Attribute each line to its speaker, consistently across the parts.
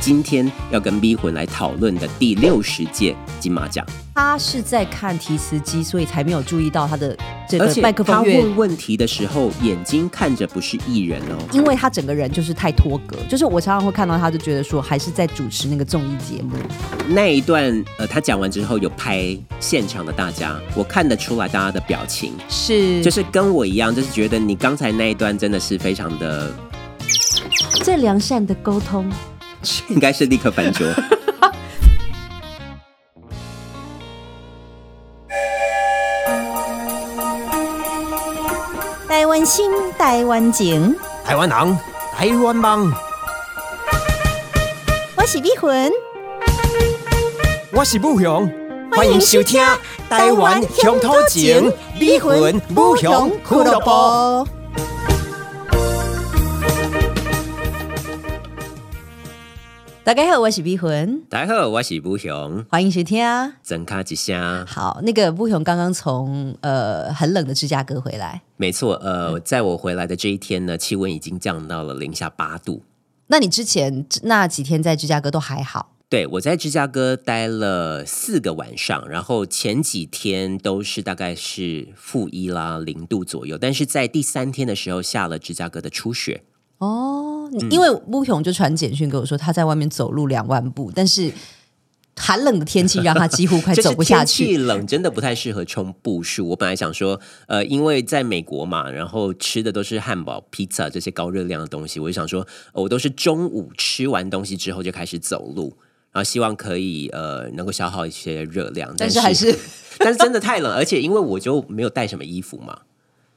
Speaker 1: 今天要跟 B 魂来讨论的第六十届金马奖，
Speaker 2: 他是在看提词机，所以才没有注意到他的这
Speaker 1: 而
Speaker 2: 个
Speaker 1: 且
Speaker 2: 麦克
Speaker 1: 他
Speaker 2: 风乐。
Speaker 1: 问问题的时候，眼睛看着不是艺人哦，
Speaker 2: 因为他整个人就是太脱格，就是我常常会看到他，就觉得说还是在主持那个综艺节目。
Speaker 1: 那一段呃，他讲完之后有拍现场的大家，我看得出来大家的表情，
Speaker 2: 是，
Speaker 1: 就是跟我一样，就是觉得你刚才那一段真的是非常的，
Speaker 2: 这良善的沟通。
Speaker 1: 应该是立刻翻 桌。
Speaker 3: 台湾心，台湾情，
Speaker 4: 台湾人，台湾梦，
Speaker 3: 我是碧魂。
Speaker 4: 我是武雄，
Speaker 3: 欢迎收听台湾乡土情，碧魂武雄俱乐部。
Speaker 2: 大家好，我是碧魂，
Speaker 1: 大家好，我是吴雄，
Speaker 2: 欢迎收听啊。
Speaker 1: 整卡几下。
Speaker 2: 好，那个布雄刚刚从呃很冷的芝加哥回来，
Speaker 1: 没错，呃，在我回来的这一天呢，气温已经降到了零下八度。
Speaker 2: 那你之前那几天在芝加哥都还好？
Speaker 1: 对我在芝加哥待了四个晚上，然后前几天都是大概是负一啦零度左右，但是在第三天的时候下了芝加哥的初雪。
Speaker 2: 哦，你因为布雄就传简讯给我说他在外面走路两万步，但是寒冷的天气让他几乎快
Speaker 1: 就是
Speaker 2: 走不下
Speaker 1: 天气
Speaker 2: 去。
Speaker 1: 冷真的不太适合冲步数。我本来想说，呃，因为在美国嘛，然后吃的都是汉堡、披萨这些高热量的东西，我就想说，呃我都是中午吃完东西之后就开始走路，然后希望可以呃能够消耗一些热量，
Speaker 2: 但是还是，
Speaker 1: 但是真的太冷，而且因为我就没有带什么衣服嘛。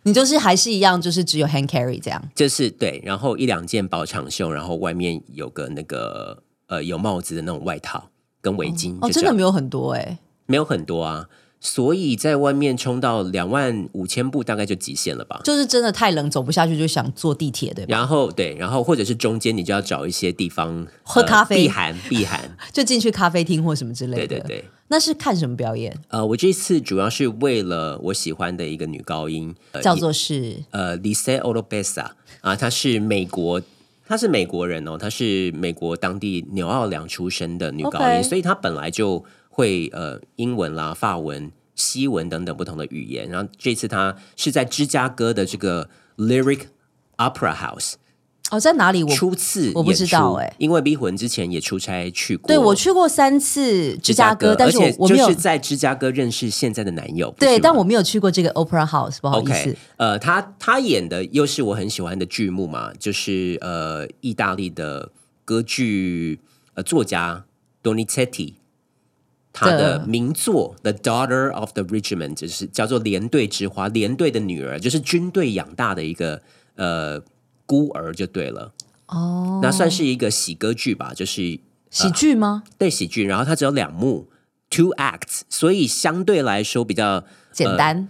Speaker 2: 你就是还是一样，就是只有 hand carry 这样。
Speaker 1: 就是对，然后一两件薄长袖，然后外面有个那个呃有帽子的那种外套跟围巾，就
Speaker 2: 哦，
Speaker 1: 这
Speaker 2: 真
Speaker 1: 样
Speaker 2: 的没有很多哎、
Speaker 1: 没有很多啊，所以在外面冲到两万五千步大概就极限了吧。
Speaker 2: 就是真的太冷，走不下去就想坐地铁，对吧？
Speaker 1: 然后对，然后或者是中间你就要找一些地方呃
Speaker 2: 喝咖啡
Speaker 1: 避寒避 寒。
Speaker 2: 就进去咖啡厅或什么之类
Speaker 1: 对
Speaker 2: 的。
Speaker 1: 对对，
Speaker 2: 那是看什么表演？
Speaker 1: 呃，我这次主要是为了我喜欢的一个女高音，呃
Speaker 2: 叫做是
Speaker 1: 呃 Lise Olobesa 啊，她是美国，她是美国人哦，她是美国当地纽奥良出生的女高音
Speaker 2: OK
Speaker 1: 所以她本来就会呃英文啦、法文、西文等等不同的语言。然后这次她是在芝加哥的这个 Lyric Opera House
Speaker 2: 哦，在哪里？我
Speaker 1: 初次
Speaker 2: 我不
Speaker 1: 演
Speaker 2: 知道
Speaker 1: 出
Speaker 2: 欸
Speaker 1: 因为 B 魂之前也出差去过，
Speaker 2: 对我。去过三次芝加哥，但
Speaker 1: 而
Speaker 2: 是我
Speaker 1: 且
Speaker 2: 我
Speaker 1: 就
Speaker 2: 没有
Speaker 1: 是在芝加哥认识现在的男友，不是
Speaker 2: 对，
Speaker 1: 吗
Speaker 2: 但我没有去过这个 Opera House，不好意思。
Speaker 1: OK，呃，他他演的又是我很喜欢的剧目嘛，就是呃，意大利的歌剧呃作家 Donizetti 他的
Speaker 2: 的
Speaker 1: 名作《The Daughter of the Regiment》，就是叫做《连队之花》，连队的女儿，就是军队养大的一个呃孤儿就对了。
Speaker 2: 哦，
Speaker 1: 那算是一个喜歌剧吧，就是
Speaker 2: 喜剧吗？
Speaker 1: 对喜剧，然后它只有两幕 two acts，所以相对来说比较
Speaker 2: 简单。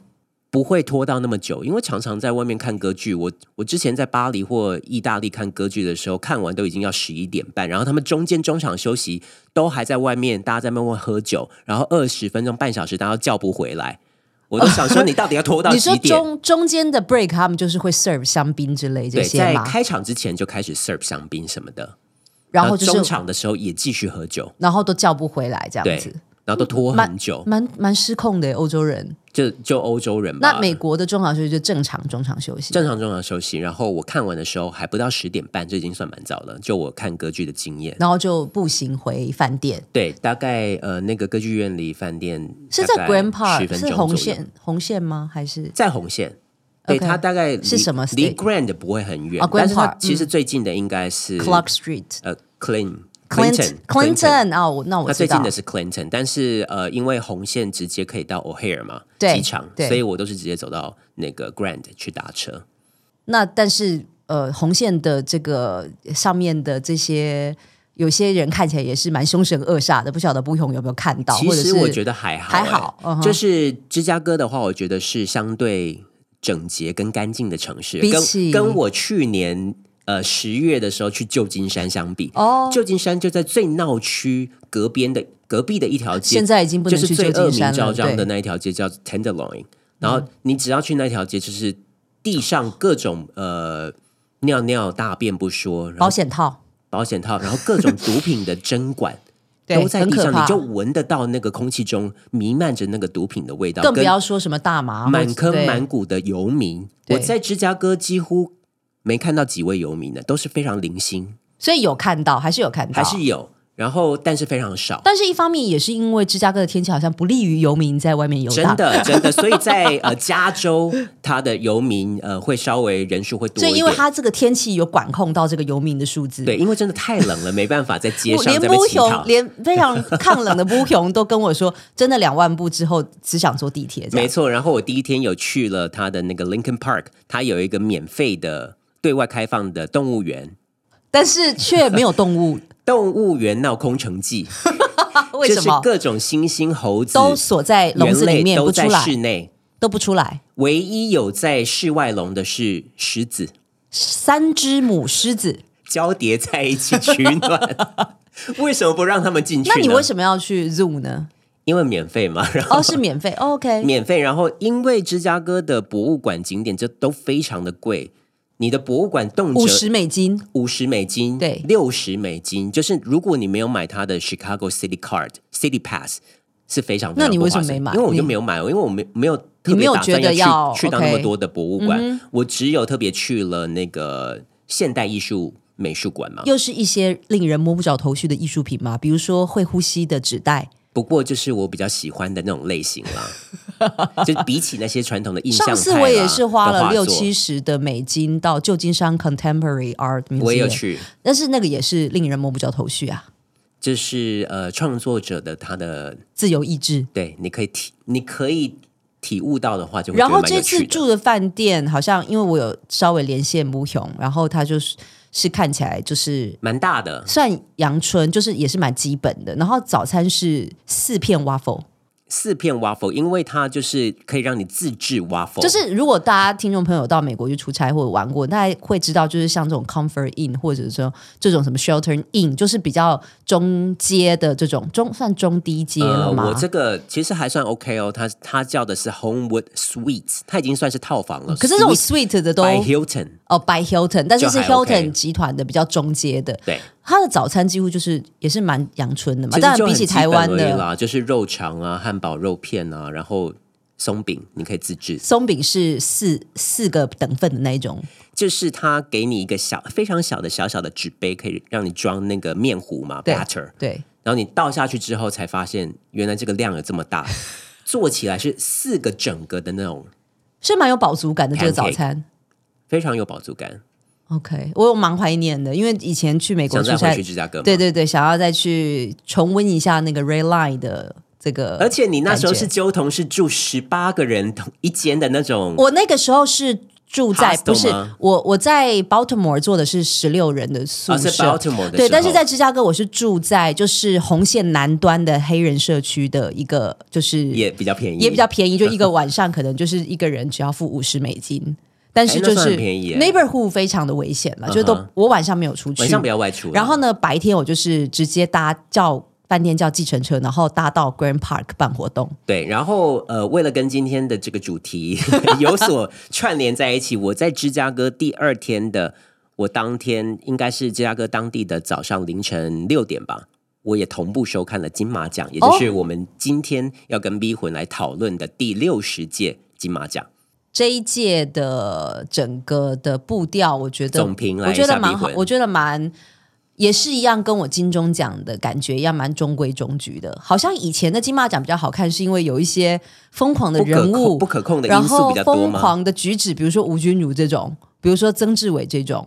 Speaker 1: 不会拖到那么久，因为常常在外面看歌剧，我我之前在巴黎或意大利看歌剧的时候，看完都已经要十一点半，然后他们中间中场休息都还在外面，大家在外面喝酒，然后二十分钟半小时大家都叫不回来，我都想说你到底要拖到
Speaker 2: 哦 你
Speaker 1: 几
Speaker 2: 说
Speaker 1: 点？
Speaker 2: 中中间的 break，他们就是会 serve 香槟之类这
Speaker 1: 对，
Speaker 2: 些
Speaker 1: 在
Speaker 2: 嘛，
Speaker 1: 开场之前就开始 serve 香槟什么的，
Speaker 2: 然后就
Speaker 1: 呃中
Speaker 2: 是
Speaker 1: 场的时候也继续喝酒，
Speaker 2: 然后都叫不回来这样
Speaker 1: 对
Speaker 2: 子，，
Speaker 1: 然后都拖
Speaker 2: 嗯蛮
Speaker 1: 很久，啊
Speaker 2: 蛮蛮失控的欧洲人。
Speaker 1: 就就欧洲人吧。
Speaker 2: 那美国的中场休息就正常中场休息，
Speaker 1: 正常中场休息，然后我看完的时候还不到十点半，这已经算蛮早了。就我看歌剧的经验。
Speaker 2: 然后就步行回饭店，
Speaker 1: 对，大概呃，那个歌剧院离饭店
Speaker 2: 是在
Speaker 1: 大概
Speaker 2: Grand
Speaker 1: 10
Speaker 2: Park
Speaker 1: 分
Speaker 2: 是
Speaker 1: 钟
Speaker 2: 红
Speaker 1: 左右，
Speaker 2: 线红线吗？还是
Speaker 1: 在红线。对
Speaker 2: OK
Speaker 1: 它大概
Speaker 2: 是
Speaker 1: 离
Speaker 2: 什么
Speaker 1: 离
Speaker 2: state？
Speaker 1: Grand 不会很远，
Speaker 2: 哦，Grand
Speaker 1: 但是它
Speaker 2: Park，
Speaker 1: 其实
Speaker 2: 嗯
Speaker 1: 最近的应该是
Speaker 2: Clark Street
Speaker 1: 呃 Clin
Speaker 2: Clint Clinton 啊？我那我
Speaker 1: 它
Speaker 2: 知
Speaker 1: 最
Speaker 2: 道
Speaker 1: 近的是 Clinton，但是呃，因为红线直接可以到 O'Hare 嘛，
Speaker 2: 对
Speaker 1: 机场，
Speaker 2: 对
Speaker 1: 所以我都是直接走到那个 Grand 去打车。
Speaker 2: 那但是呃，红线的这个上面的这些，有些人看起来也是蛮凶神恶煞的，不晓得布勇有没有看到？
Speaker 1: 其
Speaker 2: 或者
Speaker 1: 实
Speaker 2: 是
Speaker 1: 我觉得还好、
Speaker 2: 还
Speaker 1: 欸
Speaker 2: 好嗯哼
Speaker 1: 就是芝加哥的话，我觉得是相对整洁跟干净的城市，
Speaker 2: 比起
Speaker 1: 跟跟我去年呃十月的时候去旧金山相比，
Speaker 2: 哦，
Speaker 1: 旧金山就在最闹区隔边的隔壁的一条街，
Speaker 2: 现在已经不
Speaker 1: 就
Speaker 2: 能
Speaker 1: 是
Speaker 2: 去
Speaker 1: 最
Speaker 2: 旧
Speaker 1: 恶名
Speaker 2: 金山
Speaker 1: 昭
Speaker 2: 了，
Speaker 1: 彰的
Speaker 2: 对，嗯
Speaker 1: 那一条街叫 Tenderloin，然后你只要去那条街，就是地上各种呃。尿尿、大便不说，然后
Speaker 2: 保险套
Speaker 1: 保险套，然后各种毒品的针管
Speaker 2: 对
Speaker 1: 都在地
Speaker 2: 很可
Speaker 1: 上，
Speaker 2: 怕
Speaker 1: 你就闻得到那个空气中弥漫着那个毒品的味道，
Speaker 2: 更不
Speaker 1: 跟
Speaker 2: 要说什么大麻，
Speaker 1: 满坑
Speaker 2: 对
Speaker 1: 满谷的游民。
Speaker 2: 对
Speaker 1: 我在芝加哥几乎没看到几位游民的，都是非常零星，
Speaker 2: 所以有看到，还是有看到，
Speaker 1: 还是有，然后但是非常少。
Speaker 2: 但是一方面也是因为芝加哥的天气好像不利于游民在外面游
Speaker 1: 真
Speaker 2: 荡，
Speaker 1: 的，真 的，所以在呃加州，它的游民呃会稍微人数会多
Speaker 2: 所
Speaker 1: 一
Speaker 2: 以
Speaker 1: 点，
Speaker 2: 因为它这个天气有管控到这个游民的数字，
Speaker 1: 对，因为真的太冷了，没办法在街
Speaker 2: 我
Speaker 1: 上
Speaker 2: 连
Speaker 1: 在被
Speaker 2: 布
Speaker 1: 乞讨
Speaker 2: 熊，。连非常 抗冷的布熊都跟我说，真的两万步之后只想坐地铁这
Speaker 1: 没
Speaker 2: 样。
Speaker 1: 错，然后我第一天有去了它的那个 Lincoln Park，它有一个免费的对外开放的动物园，
Speaker 2: 但是却没有动 物，
Speaker 1: 动物园闹空城计，
Speaker 2: 啊为
Speaker 1: 就
Speaker 2: 什
Speaker 1: 是
Speaker 2: 么
Speaker 1: 各种猩猩、猴子、
Speaker 2: 都锁在笼子
Speaker 1: 人
Speaker 2: 里
Speaker 1: 类
Speaker 2: 面
Speaker 1: 都
Speaker 2: 不出
Speaker 1: 在
Speaker 2: 来，
Speaker 1: 室内，
Speaker 2: 都不出来？
Speaker 1: 唯一有在室外笼的是狮子，
Speaker 2: 三只母狮子，
Speaker 1: 交叠在一起取 暖。为什么不让他们进去呢？
Speaker 2: 那你为什么要去 Zoo 呢？
Speaker 1: 因为免费嘛，然后
Speaker 2: 哦，是免费、哦、，OK，
Speaker 1: 免费，然后因为芝加哥的博物馆景点这都非常的贵，你的博物馆动辄
Speaker 2: 五十美金，
Speaker 1: 五十美金，
Speaker 2: 对
Speaker 1: 六十美金，就是如果你没有买它的 Chicago City Card、City Pass 是非常非
Speaker 2: 那
Speaker 1: 常
Speaker 2: 你
Speaker 1: 不
Speaker 2: 为什
Speaker 1: 划
Speaker 2: 么
Speaker 1: 算
Speaker 2: 没买
Speaker 1: 因为我就
Speaker 2: 你
Speaker 1: 没有买，因为我没没有特
Speaker 2: 你没
Speaker 1: 别
Speaker 2: 有
Speaker 1: 打
Speaker 2: 觉
Speaker 1: 算
Speaker 2: 得
Speaker 1: 去
Speaker 2: 要
Speaker 1: 去到那么
Speaker 2: OK 嗯
Speaker 1: 多的博物馆，我只有特别去了那个现代艺术美术馆嘛。
Speaker 2: 又是一些令人摸不着头绪的艺术品嘛，比如说会呼吸的纸袋，
Speaker 1: 不过就是我比较喜欢的那种类型啦， 就比起那些传统的印象派
Speaker 2: 上
Speaker 1: 啦，
Speaker 2: 次我也是花了六七
Speaker 1: 十，
Speaker 2: 十的美金到旧金山 Contemporary Art Museum，
Speaker 1: 我也有去。
Speaker 2: 但是那个也是令人摸不着头绪啊，
Speaker 1: 这是呃创作者的他的
Speaker 2: 自由意志。
Speaker 1: 对，你可以体你可以体悟到的话，就会
Speaker 2: 然
Speaker 1: 觉得
Speaker 2: 后
Speaker 1: 蛮
Speaker 2: 这
Speaker 1: 有
Speaker 2: 次
Speaker 1: 趣的
Speaker 2: 住的饭店好像，因为我有稍微连线木熊，然后他就是是看起来就是
Speaker 1: 蛮大的
Speaker 2: 算阳春，就是也是蛮基本的。然后早餐是四片 waffle，
Speaker 1: 哦四片 waffle，因为它就是可以让你自制 waffle，
Speaker 2: 就是如果大家听众朋友到美国去出差或者玩过，大家会知道，就是像这种 comfort inn 或者说这种什么 shelter inn，就是比较中阶的这种中算中低阶了
Speaker 1: 呃，
Speaker 2: 吗？
Speaker 1: 我这个其实还算 OK 哦，它它叫的是 Homewood Suites，它已经算是套房了。
Speaker 2: 哦可是这种
Speaker 1: Suites
Speaker 2: sweet 的都
Speaker 1: by Hilton，
Speaker 2: 哦，by Hilton，但是是
Speaker 1: 就还 OK
Speaker 2: Hilton 集团的比较中阶的，
Speaker 1: 对，
Speaker 2: 他的早餐几乎就是也是蛮阳春的嘛，
Speaker 1: 其
Speaker 2: 当
Speaker 1: 实
Speaker 2: 然
Speaker 1: 就
Speaker 2: 比
Speaker 1: 很
Speaker 2: 起
Speaker 1: 基
Speaker 2: 台
Speaker 1: 本
Speaker 2: 湾
Speaker 1: 而已
Speaker 2: 的
Speaker 1: 啦，就是肉肠啊、汉堡肉片啊，然后松饼，你可以自制。
Speaker 2: 松饼是四四个等份的那一种，
Speaker 1: 就是它给你一个小非常小的小小的纸杯，可以让你装那个面糊嘛
Speaker 2: 对
Speaker 1: batter，
Speaker 2: 对，
Speaker 1: 然后你倒下去之后才发现，原来这个量有这么 大，做起来是四个整个的那种，
Speaker 2: 是蛮有饱足感的这个早餐。
Speaker 1: 非常有饱足感。
Speaker 2: OK，我有蛮怀念的，因为以前去美国
Speaker 1: 想
Speaker 2: 出
Speaker 1: 再
Speaker 2: 差
Speaker 1: 回去，芝加哥吗？
Speaker 2: 对。对对，想要再去重温一下那个 Red Line 的这个，
Speaker 1: 而且你那时候是
Speaker 2: 感觉，
Speaker 1: 揪同是住十八个人同一间的那种，
Speaker 2: 我那个时候是。住在
Speaker 1: Hostel
Speaker 2: 不是
Speaker 1: 吗
Speaker 2: 我，我在 Baltimore 做的是十六人的宿
Speaker 1: 啊是
Speaker 2: 舍，
Speaker 1: Baltimore 的时候，
Speaker 2: 对，但是在芝加哥，我是住在就是红线南端的黑人社区的一个，就是
Speaker 1: 也比较便宜，
Speaker 2: 也比较便宜，就一个晚上可能就是一个人只要付五十美金，但是
Speaker 1: 哎
Speaker 2: 就
Speaker 1: 那算
Speaker 2: 是
Speaker 1: 很便宜耶
Speaker 2: neighborhood 非常的危险嘛，就是都
Speaker 1: 嗯哼
Speaker 2: 我晚上没有出去，
Speaker 1: 晚上不要外出了。
Speaker 2: 然后呢，白天我就是直接搭叫饭店叫计程车，然后搭到 Grand Park 办活动。
Speaker 1: 对，然后呃，为了跟今天的这个主 题有所串联在一起，我在芝加哥第二天的，我当天应该是芝加哥当地的早上凌晨六点吧，我也同步收看了金马奖，也
Speaker 2: 哦
Speaker 1: 就是我们今天要跟 B 魂来讨论的第六十届金马奖。
Speaker 2: 这一届的整个的步调，我觉得
Speaker 1: 总评来
Speaker 2: 我觉
Speaker 1: 一下
Speaker 2: 得蛮
Speaker 1: 比
Speaker 2: 好
Speaker 1: 魂，
Speaker 2: 我觉得蛮也是一样，跟我金钟奖的感觉一样，蛮中规中矩的。好像以前的金马奖比较好看，是因为有一些疯狂的
Speaker 1: 不可
Speaker 2: 人物
Speaker 1: 控、不可控的
Speaker 2: 然
Speaker 1: 因素
Speaker 2: 后
Speaker 1: 比较多
Speaker 2: 疯
Speaker 1: 吗？
Speaker 2: 狂的举止，比如说吴君如这种，比如说曾志伟这种，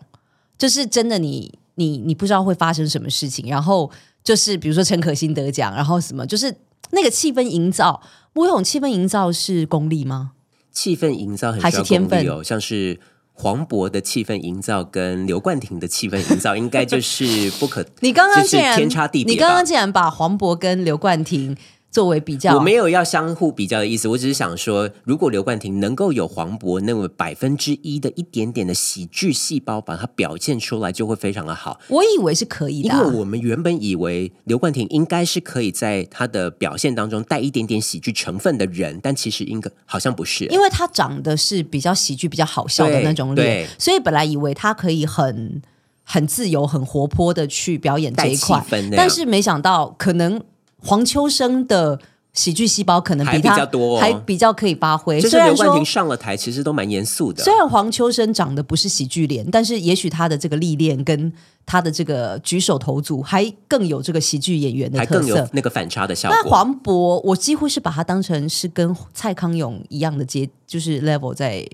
Speaker 2: 就是真的你你你不知道会发生什么事情，然后就是比如说陈可辛得奖，然后什么，就是那个气氛营造，吴勇气氛营造是功力吗？
Speaker 1: 气氛营造很
Speaker 2: 还
Speaker 1: 需
Speaker 2: 是
Speaker 1: 要
Speaker 2: 天
Speaker 1: 功力哦，像是。黄渤的气氛营造跟刘冠廷的气氛营造，应该就是不可
Speaker 2: 你刚刚
Speaker 1: 就是
Speaker 2: 竟然
Speaker 1: 天差地别吧。
Speaker 2: 你刚刚竟然把黄渤跟刘冠廷作为比较，
Speaker 1: 我没有要相互比较的意思，我只是想说，如果刘冠廷能够有黄渤那么百分之一的一点点的喜剧细胞，把它表现出来，就会非常的好。
Speaker 2: 我以为是可以
Speaker 1: 因
Speaker 2: 的啊、
Speaker 1: 为我们原本以为刘冠廷应该是可以在他的表现当中带一点点喜剧成分的人，但其实应该好像不是、
Speaker 2: 因为他长得是比较喜剧、比较好笑的
Speaker 1: 对
Speaker 2: 那种脸
Speaker 1: 对，
Speaker 2: 所以本来以为他可以很很自由、很活泼的去表演这一块
Speaker 1: 带气氛那样，
Speaker 2: 但是没想到可能黄秋生的。喜剧细胞可能比他
Speaker 1: 还比较多哦
Speaker 2: 还比较可以发挥。
Speaker 1: 就是
Speaker 2: 虽然
Speaker 1: 刘
Speaker 2: 说
Speaker 1: 冠廷上了台，其实都蛮严肃的
Speaker 2: 虽。然黄秋生长得不是喜剧脸，但是也许他的这个历练跟他的这个举手投足，还更有这个喜剧演员的
Speaker 1: 还
Speaker 2: 特
Speaker 1: 更有
Speaker 2: 色。
Speaker 1: 那个反差的效
Speaker 2: 那
Speaker 1: 果，
Speaker 2: 黄渤，我几乎是把他当成是跟蔡康永一样的阶，就是 level 在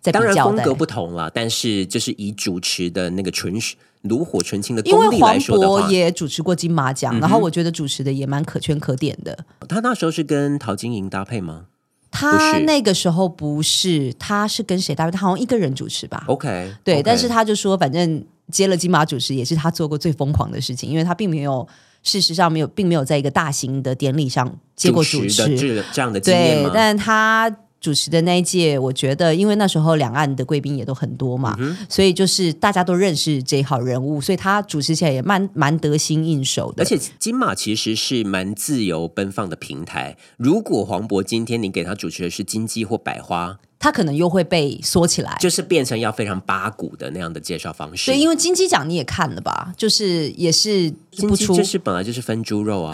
Speaker 2: 在比
Speaker 1: 当然
Speaker 2: 较
Speaker 1: 风
Speaker 2: 的。
Speaker 1: 格不同啦，但是就是以主持的那个纯炉火纯青的
Speaker 2: 因
Speaker 1: 功
Speaker 2: 为
Speaker 1: 力
Speaker 2: 黄
Speaker 1: 来说的
Speaker 2: 渤
Speaker 1: 话，嗯
Speaker 2: 也主持过金马奖，然后我觉得主持的也蛮可圈可点的。
Speaker 1: 他那时候是跟陶晶莹搭配吗
Speaker 2: 他
Speaker 1: 不是
Speaker 2: 那个时候不是，他是跟谁搭配？他好像一个人主持吧？
Speaker 1: ？OK，
Speaker 2: 对
Speaker 1: OK
Speaker 2: 但是他就说，反正接了金马主持也是他做过最疯狂的事情，因为他并没有，事实上没有，并没有在一个大型的典礼上接过主
Speaker 1: 主
Speaker 2: 持，
Speaker 1: 持的这这样的经验
Speaker 2: 对
Speaker 1: 吗，？
Speaker 2: 但他主持的那一届，我觉得因为那时候两岸的贵宾也都很多嘛，
Speaker 1: 嗯
Speaker 2: 所以就是大家都认识这一号人物，所以他主持起来也蛮蛮得心应手的，
Speaker 1: 而且金马其实是蛮自由奔放的平台。如果黄渤今天你给他主持的是金鸡或百花，
Speaker 2: 他可能又会被缩起来。
Speaker 1: 就是变成要非常八股的那样的介绍方式。
Speaker 2: 对，因为金鸡奖你也看了吧，就是也是
Speaker 1: 金
Speaker 2: 不
Speaker 1: 鸡
Speaker 2: 出，
Speaker 1: 就是本来就是分猪 肉啊，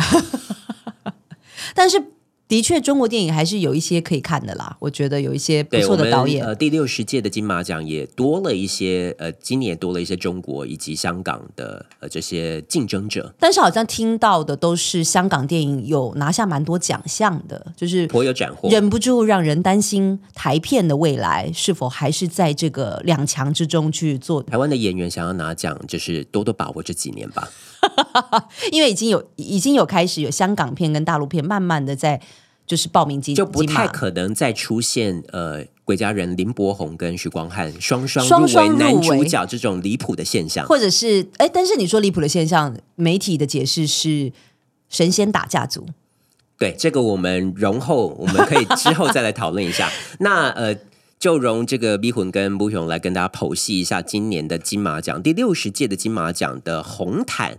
Speaker 2: 但是的确中国电影还是有一些可以看的啦。我觉得有一些不
Speaker 1: 对，
Speaker 2: 错
Speaker 1: 我
Speaker 2: 的
Speaker 1: 们
Speaker 2: 导演，
Speaker 1: 呃，第六十届的金马奖也多了一些，呃，今年也多了一些中国以及香港的呃这些竞争者。
Speaker 2: 但是好像听到的都是香港电影有拿下蛮多奖项的，就是
Speaker 1: 颇有斩获，
Speaker 2: 忍不住让人担心台片的未来是否还是在这个两强之中去做，
Speaker 1: 台湾的演员想要拿奖，就是多多把握这几年吧。
Speaker 2: 因为已经有已经有开始有香港片跟大陆片慢慢的在就是报名金
Speaker 1: 就不
Speaker 2: 金马
Speaker 1: 太可能再出现呃鬼家人林柏宏跟许光汉双双
Speaker 2: 双
Speaker 1: 入
Speaker 2: 双
Speaker 1: 围
Speaker 2: 入
Speaker 1: 男主
Speaker 2: 围
Speaker 1: 角这种离谱的现象。
Speaker 2: 或者是哎，但是你说离谱的现象，媒体的解释是神仙打架族，
Speaker 1: 对，这个我们容后我们可以之后再来讨论一 下。那呃。就容这个逼魂跟不雄来跟大家剖析一下今年的金马奖第六十届的金马奖的红毯，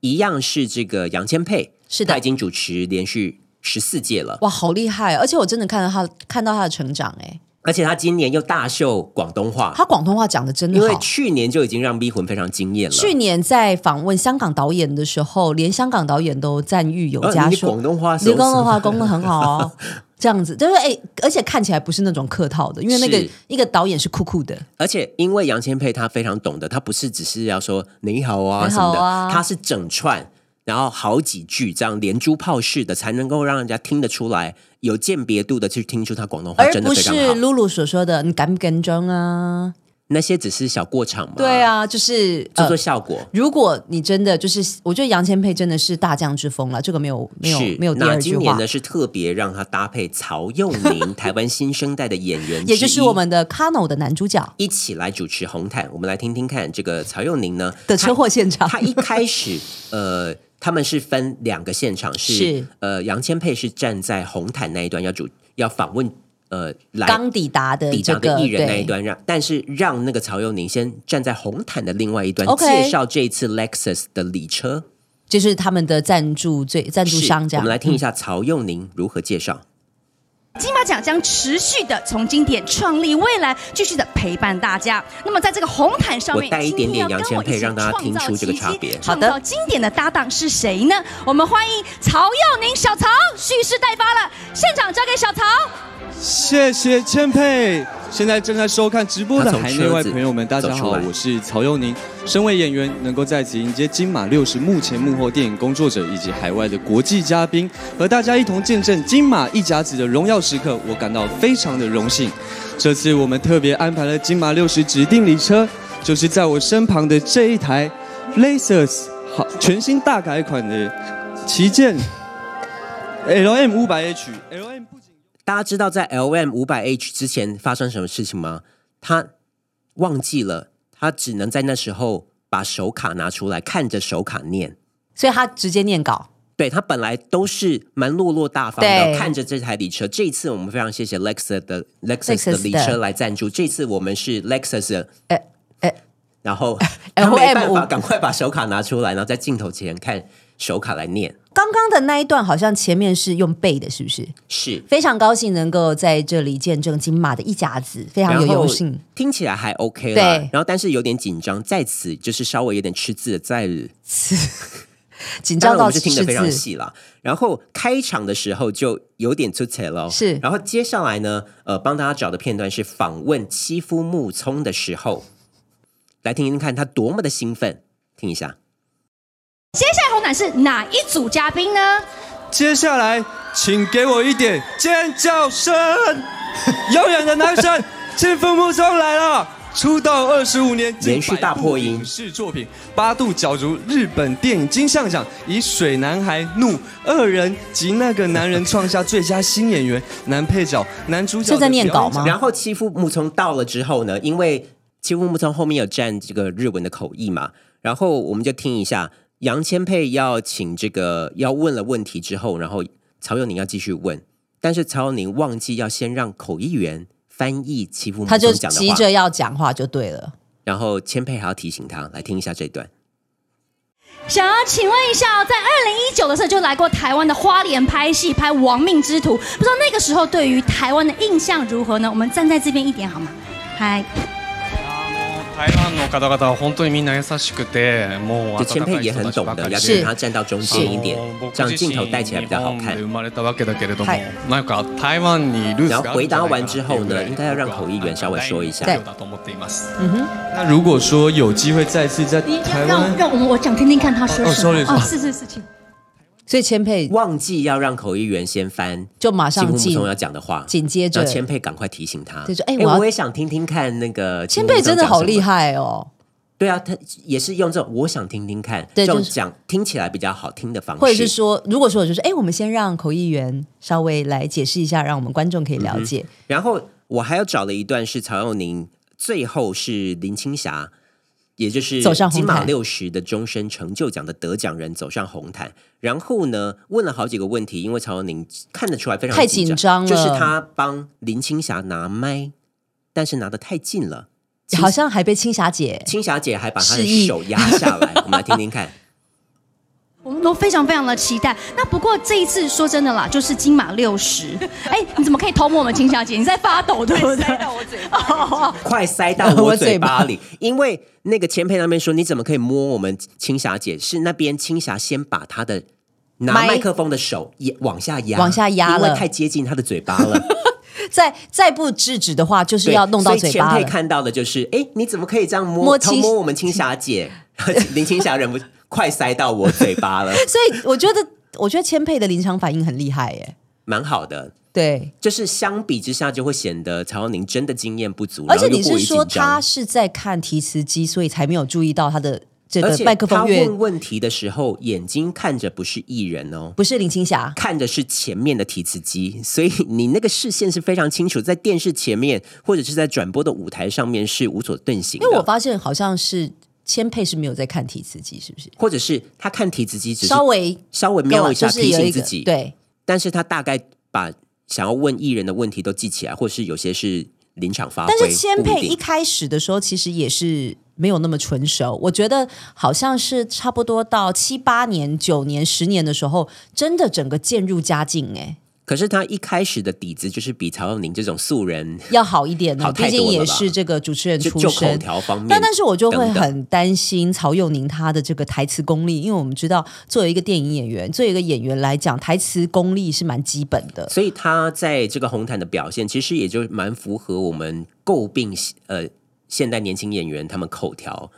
Speaker 1: 一样是这个杨千霈，
Speaker 2: 是的
Speaker 1: 他已经主持连续十四届了，
Speaker 2: 哇，好厉害！而且我真的看到他看到他的成长、哎，
Speaker 1: 而且他今年又大秀广东话，
Speaker 2: 他广东话讲的真
Speaker 1: 因
Speaker 2: 的
Speaker 1: 为
Speaker 2: 好。
Speaker 1: 去年就已经让逼魂非常惊艳了。
Speaker 2: 去年在访问香港导演的时候，连香港导演都赞誉有加
Speaker 1: 呃你
Speaker 2: 说，
Speaker 1: 广东话
Speaker 2: 你广东
Speaker 1: 话
Speaker 2: 话功的很好哦。这样子， 就是哎、而且看起来不是那种客套的，因为那个
Speaker 1: 是
Speaker 2: 一个导演是酷酷的，
Speaker 1: 而且因为杨千霈她非常懂得，她不是只是要说你好啊
Speaker 2: 你
Speaker 1: 什
Speaker 2: 好
Speaker 1: 么的，
Speaker 2: 啊
Speaker 1: 她是整串，然后好几句这样连珠炮式的，才能够让人家听得出来，有鉴别度的去听出她广东话
Speaker 2: 而
Speaker 1: 啊真的
Speaker 2: 不
Speaker 1: 非常
Speaker 2: 是
Speaker 1: 好。
Speaker 2: 露露所说的你敢不敢装啊？
Speaker 1: 那些只是小过场嘛，
Speaker 2: 对，啊，就是
Speaker 1: 做
Speaker 2: 呃
Speaker 1: 做效果。
Speaker 2: 如果你真的就是，我觉得杨千霈真的是大将之风了，这个没有没有
Speaker 1: 是，
Speaker 2: 没有第
Speaker 1: 那
Speaker 2: 二句
Speaker 1: 今年
Speaker 2: 话
Speaker 1: 呢，是特别让她搭配曹佑 宁，台湾新生代的演员之一，
Speaker 2: 也就是我们的 Kano 的男主角
Speaker 1: 一起来主持红毯。我们来听听看，这个曹佑宁呢
Speaker 2: 的车祸现场，
Speaker 1: 他一开始，呃，他们是分两个现场，是
Speaker 2: 是
Speaker 1: 呃，杨千霈是站在红毯那一端要主要访问呃来
Speaker 2: 刚抵达的
Speaker 1: 抵
Speaker 2: 这
Speaker 1: 达
Speaker 2: 个
Speaker 1: 的艺人那一
Speaker 2: 对
Speaker 1: 端，让但是让那个曹佑宁先站在红毯的另外一端
Speaker 2: OK
Speaker 1: 介绍这一次 Lexus 的礼车
Speaker 2: 就是他们的赞助最赞助
Speaker 1: 是
Speaker 2: 商
Speaker 1: 我
Speaker 2: 这样。嗯
Speaker 1: 们来听一下曹佑宁如何介绍。
Speaker 5: 金马奖将持续的从经典创立未来，继续的陪伴大家。那么在这个红毯上面，
Speaker 1: 我带一点点杨千霈
Speaker 5: 今天要
Speaker 1: 让
Speaker 5: 跟
Speaker 1: 大家
Speaker 5: 我
Speaker 1: 听出
Speaker 5: 一起
Speaker 1: 这个差别
Speaker 5: 创
Speaker 2: 好的
Speaker 5: 造奇迹创造经典的搭档是谁呢？我们欢迎曹佑宁，小曹蓄势待发了，现场交给小曹。
Speaker 6: 谢谢千佩。现在正在收看直播
Speaker 1: 他
Speaker 6: 的
Speaker 1: 从
Speaker 6: 海内外
Speaker 1: 车子
Speaker 6: 朋友们，大家
Speaker 1: 走出
Speaker 6: 好
Speaker 1: 来，
Speaker 6: 我是曹佑宁。身为演员，能够在此迎接金马六十幕前幕后电影工作者以及海外的国际嘉宾，和大家一同见证金马一甲子的荣耀时刻，我感到非常的荣幸。这次我们特别安排了金马六十指定礼车，就是在我身旁的这一台 Lexus 好全新大改款的旗舰 LM 五百 H。LM 不仅
Speaker 1: 大家知道在 L M 五百 H 之前发生什么事情吗？他忘记了，他只能在那时候把手卡拿出来，看着手卡念。
Speaker 2: 所以他直接念稿，
Speaker 1: 对他本来都是蛮落落大方的，
Speaker 2: 对
Speaker 1: 看着这台礼车。这一次我们非常谢谢 Lexus 的 Lexus
Speaker 2: Lexus
Speaker 1: 的礼车来赞助。这次我们是 Lexus，的
Speaker 2: 哎哎
Speaker 1: 然后
Speaker 2: LM
Speaker 1: 他没办法，
Speaker 2: 呃五
Speaker 1: 赶快把手卡拿出来，然后在镜头前看手卡来念。
Speaker 2: 刚刚的那一段好像前面是用背的，是不是？
Speaker 1: 是，
Speaker 2: 非常高兴能够在这里见证金马的一甲子，非常有
Speaker 1: 然后
Speaker 2: 荣幸。
Speaker 1: 听起来还 OK 啦
Speaker 2: 对。
Speaker 1: 然后但是有点紧张，在此就是稍微有点吃字的在。
Speaker 2: 紧
Speaker 1: 当
Speaker 2: 张
Speaker 1: 然我
Speaker 2: 到
Speaker 1: 们是听得
Speaker 2: 吃
Speaker 1: 非常
Speaker 2: 字，
Speaker 1: 细啦。然后开场的时候就有点出彩喽，
Speaker 2: 是
Speaker 1: 然后接下来呢，呃，帮大家找的片段是访问妻夫木聪的时候，来听听看他多么的兴奋，听一下。
Speaker 5: 接下来红毯是哪一组嘉宾呢？
Speaker 6: 接下来，请给我一点尖 叫声！遥远的男神，清风木松来了。出道二十五年，
Speaker 1: 连续大破音
Speaker 6: 影视作品八度角逐日本电影金像奖，以《水男孩》《怒》《恶人》及《那个男人》创下最佳新演员、男配角、男主角。
Speaker 2: 是在念稿吗？
Speaker 1: 然后欺负木聪到了之后呢，因为欺负木聪后面有占这个日文的口译嘛，然后我们就听一下杨千霈要请这个要问了问题之后，然后曹佑宁要继续问，但是曹佑宁忘记要先让口译员翻译欺负木
Speaker 2: 他就
Speaker 1: 聪讲的
Speaker 2: 急
Speaker 1: 话，
Speaker 2: 着要讲话就对了。
Speaker 1: 然后千霈还要提醒他，来听一下这段。
Speaker 5: 想要请问一下哦，在二零一九的时候就来过台湾的花莲拍戏，拍《亡命之徒》，不知道那个时候对于台湾的印象如何呢？我们站在这边一点好吗？嗨，
Speaker 7: 台湾の方々は本当にみんな優しくて、もう
Speaker 1: 就千
Speaker 7: 温か
Speaker 1: 霈
Speaker 7: い
Speaker 1: 也
Speaker 7: 人
Speaker 1: 很
Speaker 7: たち
Speaker 1: 懂
Speaker 7: ばか
Speaker 1: 得
Speaker 7: り
Speaker 1: 要
Speaker 2: 是
Speaker 1: 让他站到中间一点
Speaker 7: あの，
Speaker 1: 这
Speaker 7: 僕
Speaker 1: 样
Speaker 7: 自
Speaker 1: 镜
Speaker 7: 身
Speaker 1: 头带起来
Speaker 7: 日
Speaker 1: 比较好
Speaker 7: 本で
Speaker 1: 看
Speaker 7: 生。まれたわけだけれども
Speaker 2: はい、
Speaker 7: なんか台湾にルーツがあるんじゃないかなっていうぐらい
Speaker 1: 然后回答完之后呢应该要让口译员稍微说一下
Speaker 7: 僕は大人気だと思っています。
Speaker 6: 那如果说有机会再次在
Speaker 5: 你
Speaker 6: 台
Speaker 5: 让
Speaker 6: 湾，
Speaker 5: 让我们我想听听看他说
Speaker 6: 哦哦
Speaker 5: 什么
Speaker 6: sorry，sorry
Speaker 5: 是是是，请。
Speaker 2: 所以千佩
Speaker 1: 忘记要让口译员先翻
Speaker 2: 就马
Speaker 1: 欺负
Speaker 2: 上
Speaker 1: 木
Speaker 2: 进，
Speaker 1: 聪要讲的话，
Speaker 2: 紧接着
Speaker 1: 然后千霈赶快提醒他，
Speaker 2: 对就哎
Speaker 1: 哎、
Speaker 2: 我要
Speaker 1: 我也想听听看那个
Speaker 2: 千佩真的好厉
Speaker 1: 害。
Speaker 2: 害哦，
Speaker 1: 对啊，他也是用这种我想听听看，
Speaker 2: 对
Speaker 1: 这种
Speaker 2: 就是
Speaker 1: 讲听起来比较好听的方式，
Speaker 2: 或者是说，如果说我就是，哎，我们先让口译员稍微来解释一下，让我们观众可以了解。
Speaker 1: 然后我还要找了一段是曹佑宁，最后是林青霞，也就是
Speaker 2: 走上红
Speaker 1: 金
Speaker 2: 毯
Speaker 1: 马六十的终身成就奖的得奖人走上红毯。然后呢，问了好几个问题，因为曹佑宁看得出来非常
Speaker 2: 太
Speaker 1: 紧
Speaker 2: 紧张了
Speaker 1: 就是他帮林青霞拿麦，但是拿的太近了，
Speaker 2: 好像还被青霞姐
Speaker 1: 青霞姐还把她
Speaker 2: 示意
Speaker 1: 的手压下 来。我们来听听看，
Speaker 5: 我们都非常非常的期待。那不过这一次说真的啦，就是金马六十。哎，你怎么可以偷摸我们金小姐？你在发抖对不对？
Speaker 1: 快塞到
Speaker 2: 我
Speaker 1: 我
Speaker 2: 嘴
Speaker 1: 嘴
Speaker 2: 巴
Speaker 1: 巴里，因为那个前辈那边说，你怎么可以摸我们青霞姐？是那边青霞先把她的。拿
Speaker 2: 麦
Speaker 1: 麦克风的手也往下压，
Speaker 2: 往下压
Speaker 1: 因为
Speaker 2: 了
Speaker 1: 太接近她的嘴巴了。
Speaker 2: 再再不制止的话，就是
Speaker 1: 对，
Speaker 2: 要弄到嘴
Speaker 1: 所以
Speaker 2: 巴
Speaker 1: 前辈
Speaker 2: 了。
Speaker 1: 看到的就是，哎，你怎么可以这样摸
Speaker 2: 摸
Speaker 1: 偷
Speaker 2: 青
Speaker 1: 摸我们青霞 姐？林青霞忍不快塞到我嘴巴了，
Speaker 2: 所以我觉得，我觉得千佩的临场反应很厉害耶。
Speaker 1: 蛮好的。
Speaker 2: 对，
Speaker 1: 就是相比之下，就会显得曹宁真的经验不足，
Speaker 2: 而且
Speaker 1: 然后
Speaker 2: 你
Speaker 1: 又过
Speaker 2: 是
Speaker 1: 于
Speaker 2: 说
Speaker 1: 紧张
Speaker 2: 他是在看提词机，所以才没有注意到他的这
Speaker 1: 而
Speaker 2: 个
Speaker 1: 且
Speaker 2: 麦克
Speaker 1: 他
Speaker 2: 风乐
Speaker 1: 问问题的时候，眼睛看着不是艺人哦，
Speaker 2: 不是林青霞。
Speaker 1: 看着是前面的提词机，所以你那个视线是非常清楚，在电视前面或者是在转播的舞台上面是无所遁形的。
Speaker 2: 因为我发现好像是千佩是没有在看提词机，是不是？
Speaker 1: 或者是他看提词机，只是
Speaker 2: 稍微
Speaker 1: 稍微瞄一下，
Speaker 2: 就是
Speaker 1: 提
Speaker 2: 有一
Speaker 1: 醒自
Speaker 2: 个
Speaker 1: 己。，
Speaker 2: 对，
Speaker 1: 但是他大概把想要问艺人的问题都记起来，或是有些是临场发挥。
Speaker 2: 但是千
Speaker 1: 不
Speaker 2: 佩
Speaker 1: 啊定
Speaker 2: 一开始的时候其实也是没有那么纯熟，我觉得好像是差不多到七八年、九年、十年的时候，真的整个渐入佳境哎、
Speaker 1: 可是他一开始的底子就是比曹佑宁这种素人
Speaker 2: 要好一点呢，
Speaker 1: 好
Speaker 2: 毕
Speaker 1: 太多
Speaker 2: 竟也
Speaker 1: 了吧
Speaker 2: 是这个主持人
Speaker 1: 就
Speaker 2: 出
Speaker 1: 就口
Speaker 2: 身。
Speaker 1: 条方面，
Speaker 2: 但但是我就会
Speaker 1: 等等
Speaker 2: 很担心曹佑宁他的这个台词功力，因为我们知道作为一个电影演员，作为一个演员来讲，台词功力是蛮基本的。
Speaker 1: 所以他在这个红毯的表现，其实也就蛮符合我们诟病呃现代年轻演员他们口条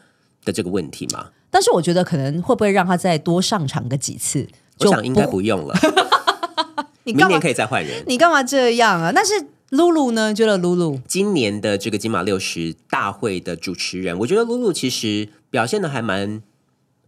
Speaker 1: 的这个问题嘛。
Speaker 2: 但是我觉得可能会不会让他再多上场个几次？
Speaker 1: 我
Speaker 2: 就
Speaker 1: 想应该
Speaker 2: 不
Speaker 1: 不用 了，
Speaker 2: 你
Speaker 1: 明
Speaker 2: 干嘛
Speaker 1: 年可以再换人。
Speaker 2: 你干嘛这样啊？但是露露呢？觉得露露
Speaker 1: 今年的这个金马六十大会的主持人，我觉得露露其实表现的还蛮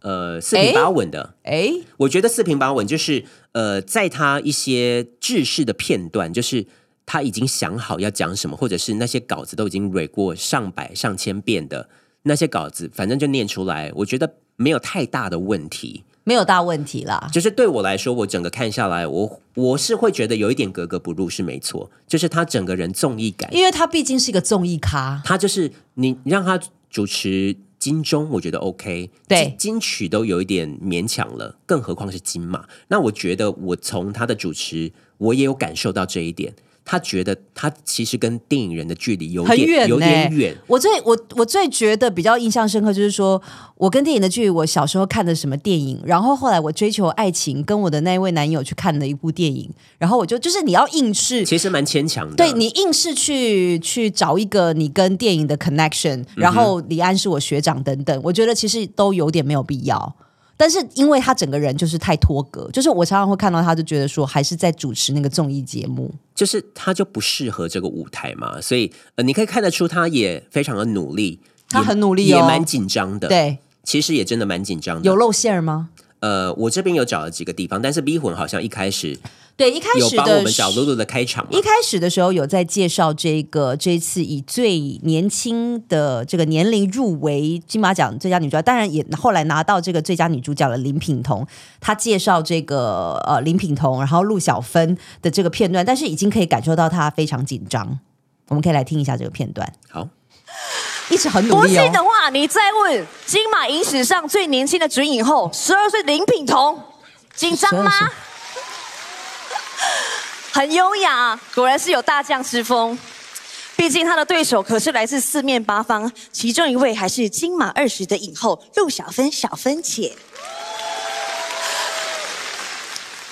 Speaker 1: 呃四平八稳的。
Speaker 2: 哎，
Speaker 1: 我觉得四平八稳就是呃，在他一些制式的片段，就是他已经想好要讲什么，或者是那些稿子都已经蕊过上百上千遍的那些稿子，反正就念出来，我觉得没有太大的问题。
Speaker 2: 没有大问题啦。
Speaker 1: 就是对我来说，我整个看下来，我我是会觉得有一点格格不入是没错，就是他整个人综艺感，
Speaker 2: 因为他毕竟是一个综艺咖，
Speaker 1: 他就是你你让他主持。金钟我觉得 OK，
Speaker 2: 对
Speaker 1: 金金曲都有一点勉强了，更何况是金马。那我觉得我从他的主持，我也有感受到这一点。他觉得他其实跟电影人的距离有
Speaker 2: 很
Speaker 1: 点
Speaker 2: 远、欸，
Speaker 1: 有点远，
Speaker 2: 我最我我最觉得比较印象深刻，就是说我跟电影的距离，我小时候看的什么电影，然后后来我追求爱情，跟我的那一位男友去看了一部电影，然后我就就是你要硬是。
Speaker 1: 其实蛮牵强的。
Speaker 2: 对你硬是去去找一个你跟电影的
Speaker 1: 嗯
Speaker 2: connection，然后李安是我学长等等，我觉得其实都有点没有必要。但是因为他整个人就是太脱格，就是我常常会看到他就觉得说还是在主持那个综艺节目，
Speaker 1: 就是他就不适合这个舞台嘛，所以呃，你可以看得出他也非常的努力，
Speaker 2: 他
Speaker 1: 也
Speaker 2: 很努力哦
Speaker 1: 也蛮紧张的。，
Speaker 2: 对，
Speaker 1: 其实也真的蛮紧张的。
Speaker 2: 有露馅儿吗？
Speaker 1: 呃，我这边有找了几个地方，但是 B 混好像一开始
Speaker 2: 对，一开
Speaker 1: 有
Speaker 2: 始
Speaker 1: 帮
Speaker 2: 的
Speaker 1: 我们找露露的开场嘛
Speaker 2: 一，开始的时候有在介绍这个这一次以最年轻的这个年龄入围金马奖最佳女主角，当然也后来拿到这个最佳女主角的林品彤，她介绍这个呃林品彤，然后陆小芬的这个片段，但是已经可以感受到她非常紧张。我们可以来听一下这个片段，
Speaker 1: 好，
Speaker 2: 一直很努
Speaker 8: 国
Speaker 2: 力
Speaker 8: 际
Speaker 2: 哦。
Speaker 8: 的话，你再问金马影史上最年轻的准影后，十二岁林品彤，紧张吗
Speaker 2: 12岁？
Speaker 8: 很优雅，啊果然是有大将之风。毕竟他的对手可是来自四面八方，啊其中一位还是金马二十的影后陆小芬，小芬姐。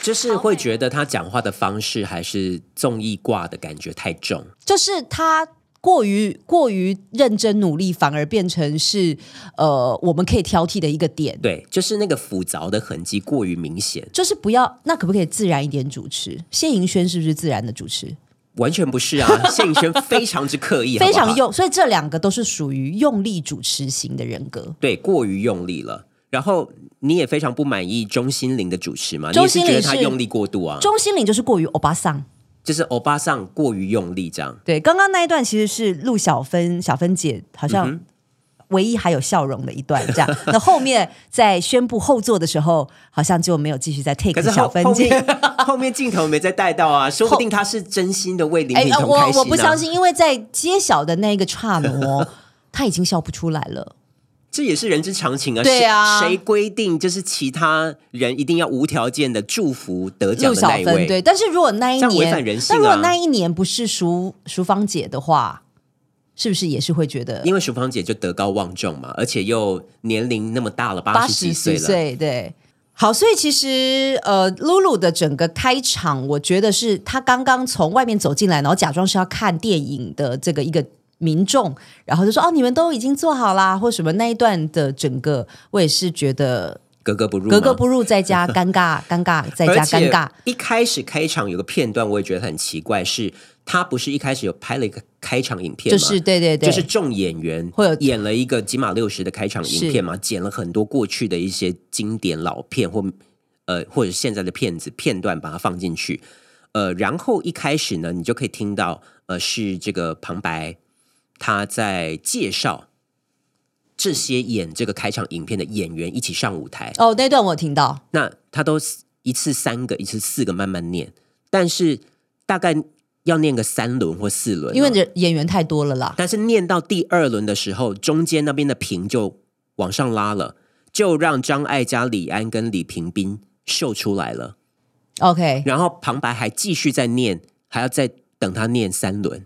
Speaker 1: 就是会觉得他讲话的方式还是综艺挂的感觉太重，
Speaker 2: 就是他过于过于认真努力，反而变成是呃我们可以挑剔的一个点。
Speaker 1: 对，就是那个复杂的痕迹过于明显，
Speaker 2: 就是不要，那可不可以自然一点主持？谢盈萱是不是自然的主持？
Speaker 1: 完全不是 啊，谢颖轩非常之刻意，
Speaker 2: 非
Speaker 1: 好不
Speaker 2: 常
Speaker 1: 好
Speaker 2: 用，所以这两个都是属于用力主持型的人格。
Speaker 1: 对，过于用力了。然后你也非常不满意钟欣凌的主持嘛？
Speaker 2: 钟欣
Speaker 1: 你
Speaker 2: 凌
Speaker 1: 也是觉得她
Speaker 2: 是
Speaker 1: 用力过度啊，
Speaker 2: 钟心凌就是过于欧巴桑。
Speaker 1: 就是欧巴桑过于用力这样。
Speaker 2: 对，刚刚那一段其实是陆小芬，小芬姐好
Speaker 1: 嗯
Speaker 2: 像唯一还有笑容的一段，这样。 那后面在宣布后座的时候，好像就没有继续再
Speaker 1: 可
Speaker 2: take
Speaker 1: 是后
Speaker 2: 小芬
Speaker 1: 后
Speaker 2: 姐。
Speaker 1: 面 后面镜头没再带到啊，说不定他是真心的为林
Speaker 2: 哎、
Speaker 1: 品
Speaker 2: 呃
Speaker 1: 彤开心、啊
Speaker 2: 我我不相，信，因为在揭晓的那个刹那， 她已经笑不出来了。
Speaker 1: 这也是人之常情啊。
Speaker 2: 对啊
Speaker 1: 谁谁规定就是其他人一定要无条件的祝福得奖
Speaker 2: 陆
Speaker 1: 的
Speaker 2: 小
Speaker 1: 那一
Speaker 2: 芬
Speaker 1: 位？
Speaker 2: 对，但是如果那一
Speaker 1: 这样违
Speaker 2: 年，
Speaker 1: 反人性啊
Speaker 2: 但如果那一年不是淑淑芳姐的话，是不是也是会觉得
Speaker 1: 因为淑芳姐就德高望重嘛，而且又年龄那么大了，八十几
Speaker 2: 80
Speaker 1: 岁
Speaker 2: 几
Speaker 1: 了，
Speaker 2: 岁？对。好，所以其实呃，露露的整个开场，我觉得是她刚刚从外面走进来，然后假装是要看电影的这个一个民众，然后就说哦，你们都已经做好啦，或什么那一段的整个，我也是觉得
Speaker 1: 格格不入吗，
Speaker 2: 格格不入，再加尴尬，尴尬，再
Speaker 1: 而
Speaker 2: 加
Speaker 1: 且
Speaker 2: 尴尬。
Speaker 1: 一开始开场有个片段，我也觉得很奇怪，是他不是一开始有拍了一个开场影片
Speaker 2: 就
Speaker 1: 吗？
Speaker 2: 是对对对，
Speaker 1: 就是众演员
Speaker 2: 会有
Speaker 1: 演了一个几码六十的开场影片嘛，剪了很多过去的一些经典老片或呃或者现在的片子片段，把它放进去。呃，然后一开始呢，你就可以听到呃是这个旁白他在介绍这些演这个开场影片的演员一起上舞台，
Speaker 2: 哦，那段我有听到，
Speaker 1: 那他都是一次三个，一次四个慢慢念，但是大概要念个三轮或四轮哦、
Speaker 2: 因为人演员太多了啦。
Speaker 1: 但是念到第二轮的时候，中间那边的屏就往上拉了，就让张艾嘉、李安跟李平斌秀出来了。
Speaker 2: OK，
Speaker 1: 然后旁白还继续在念，还要再等他念三轮。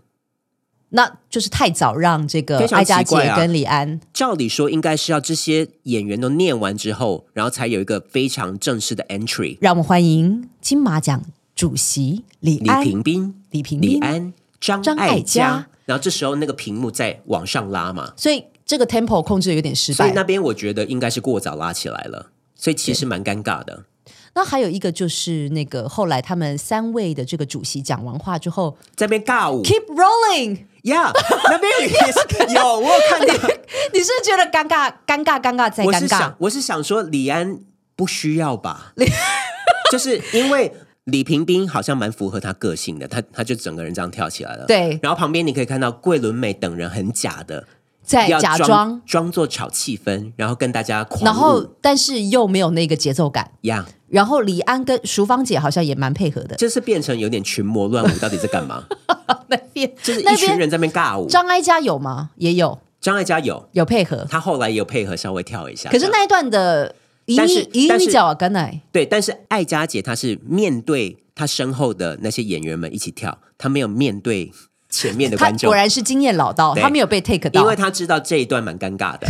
Speaker 2: 那就是太早让这个
Speaker 1: 非常
Speaker 2: 艾佳
Speaker 1: 奇怪
Speaker 2: 姐
Speaker 1: 啊
Speaker 2: 跟李安，
Speaker 1: 照理说，应该是要这些演员都念完之后，然后才有一个非常正式的 entry。
Speaker 2: 让我们欢迎金马奖主席李
Speaker 1: 李
Speaker 2: 安。
Speaker 1: 平斌、
Speaker 2: 李平
Speaker 1: 李
Speaker 2: 斌，
Speaker 1: 安、张
Speaker 2: 张艾
Speaker 1: 艾
Speaker 2: 嘉
Speaker 1: 嘉，然后这时候那个屏幕再往上拉嘛，
Speaker 2: 所以这个 tempo 控制得有点失
Speaker 1: 所以
Speaker 2: 败。
Speaker 1: 那边我觉得应该是过早拉起来了，所以其实蛮尴尬的。
Speaker 2: 那还有一个就是那个后来他们三位的这个主席讲完话之后
Speaker 1: 在那边尬舞，
Speaker 2: ，keep rolling，
Speaker 1: 呀那边也是有，我有看到。
Speaker 2: 你是不是觉得尴尬、尴尬、尴尬再
Speaker 1: 我
Speaker 2: 尴
Speaker 1: 是
Speaker 2: 尬
Speaker 1: 想，？我是想说，李安不需要 吧？就是因为李平斌好像蛮符合他个性的，他他就整个人这样跳起来了。
Speaker 2: 对
Speaker 1: 然后旁边你可以看到桂纶镁等人很假的，
Speaker 2: 再
Speaker 1: 要
Speaker 2: 假
Speaker 1: 装
Speaker 2: 装，
Speaker 1: 装作炒气氛，然后跟大家狂舞
Speaker 2: 然后但是又没有那个节奏感。
Speaker 1: 呀，
Speaker 2: 然后李安跟淑芳姐好像也蛮配合的，
Speaker 1: 就是变成有点群魔 乱舞，到底在干嘛？
Speaker 2: 那边
Speaker 1: 就是一
Speaker 2: 那
Speaker 1: 群
Speaker 2: 边
Speaker 1: 人在那边尬舞，
Speaker 2: 张艾嘉有吗？也有，
Speaker 1: 张艾嘉有，
Speaker 2: 有配合，
Speaker 1: 她后来有配合稍微跳一下。
Speaker 2: 可是
Speaker 1: 这样
Speaker 2: 那一段的一
Speaker 1: 但是
Speaker 2: 米一
Speaker 1: 但
Speaker 2: 米
Speaker 1: 是
Speaker 2: 角甘奶，
Speaker 1: 对，但是艾嘉姐她是面对她身后的那些演员们一起跳，她没有面对前面的
Speaker 2: 他
Speaker 1: 观众
Speaker 2: 果，然是经验老道，
Speaker 1: 对
Speaker 2: 他没有被 take 到，
Speaker 1: 因为她知道这一段蛮尴尬 的，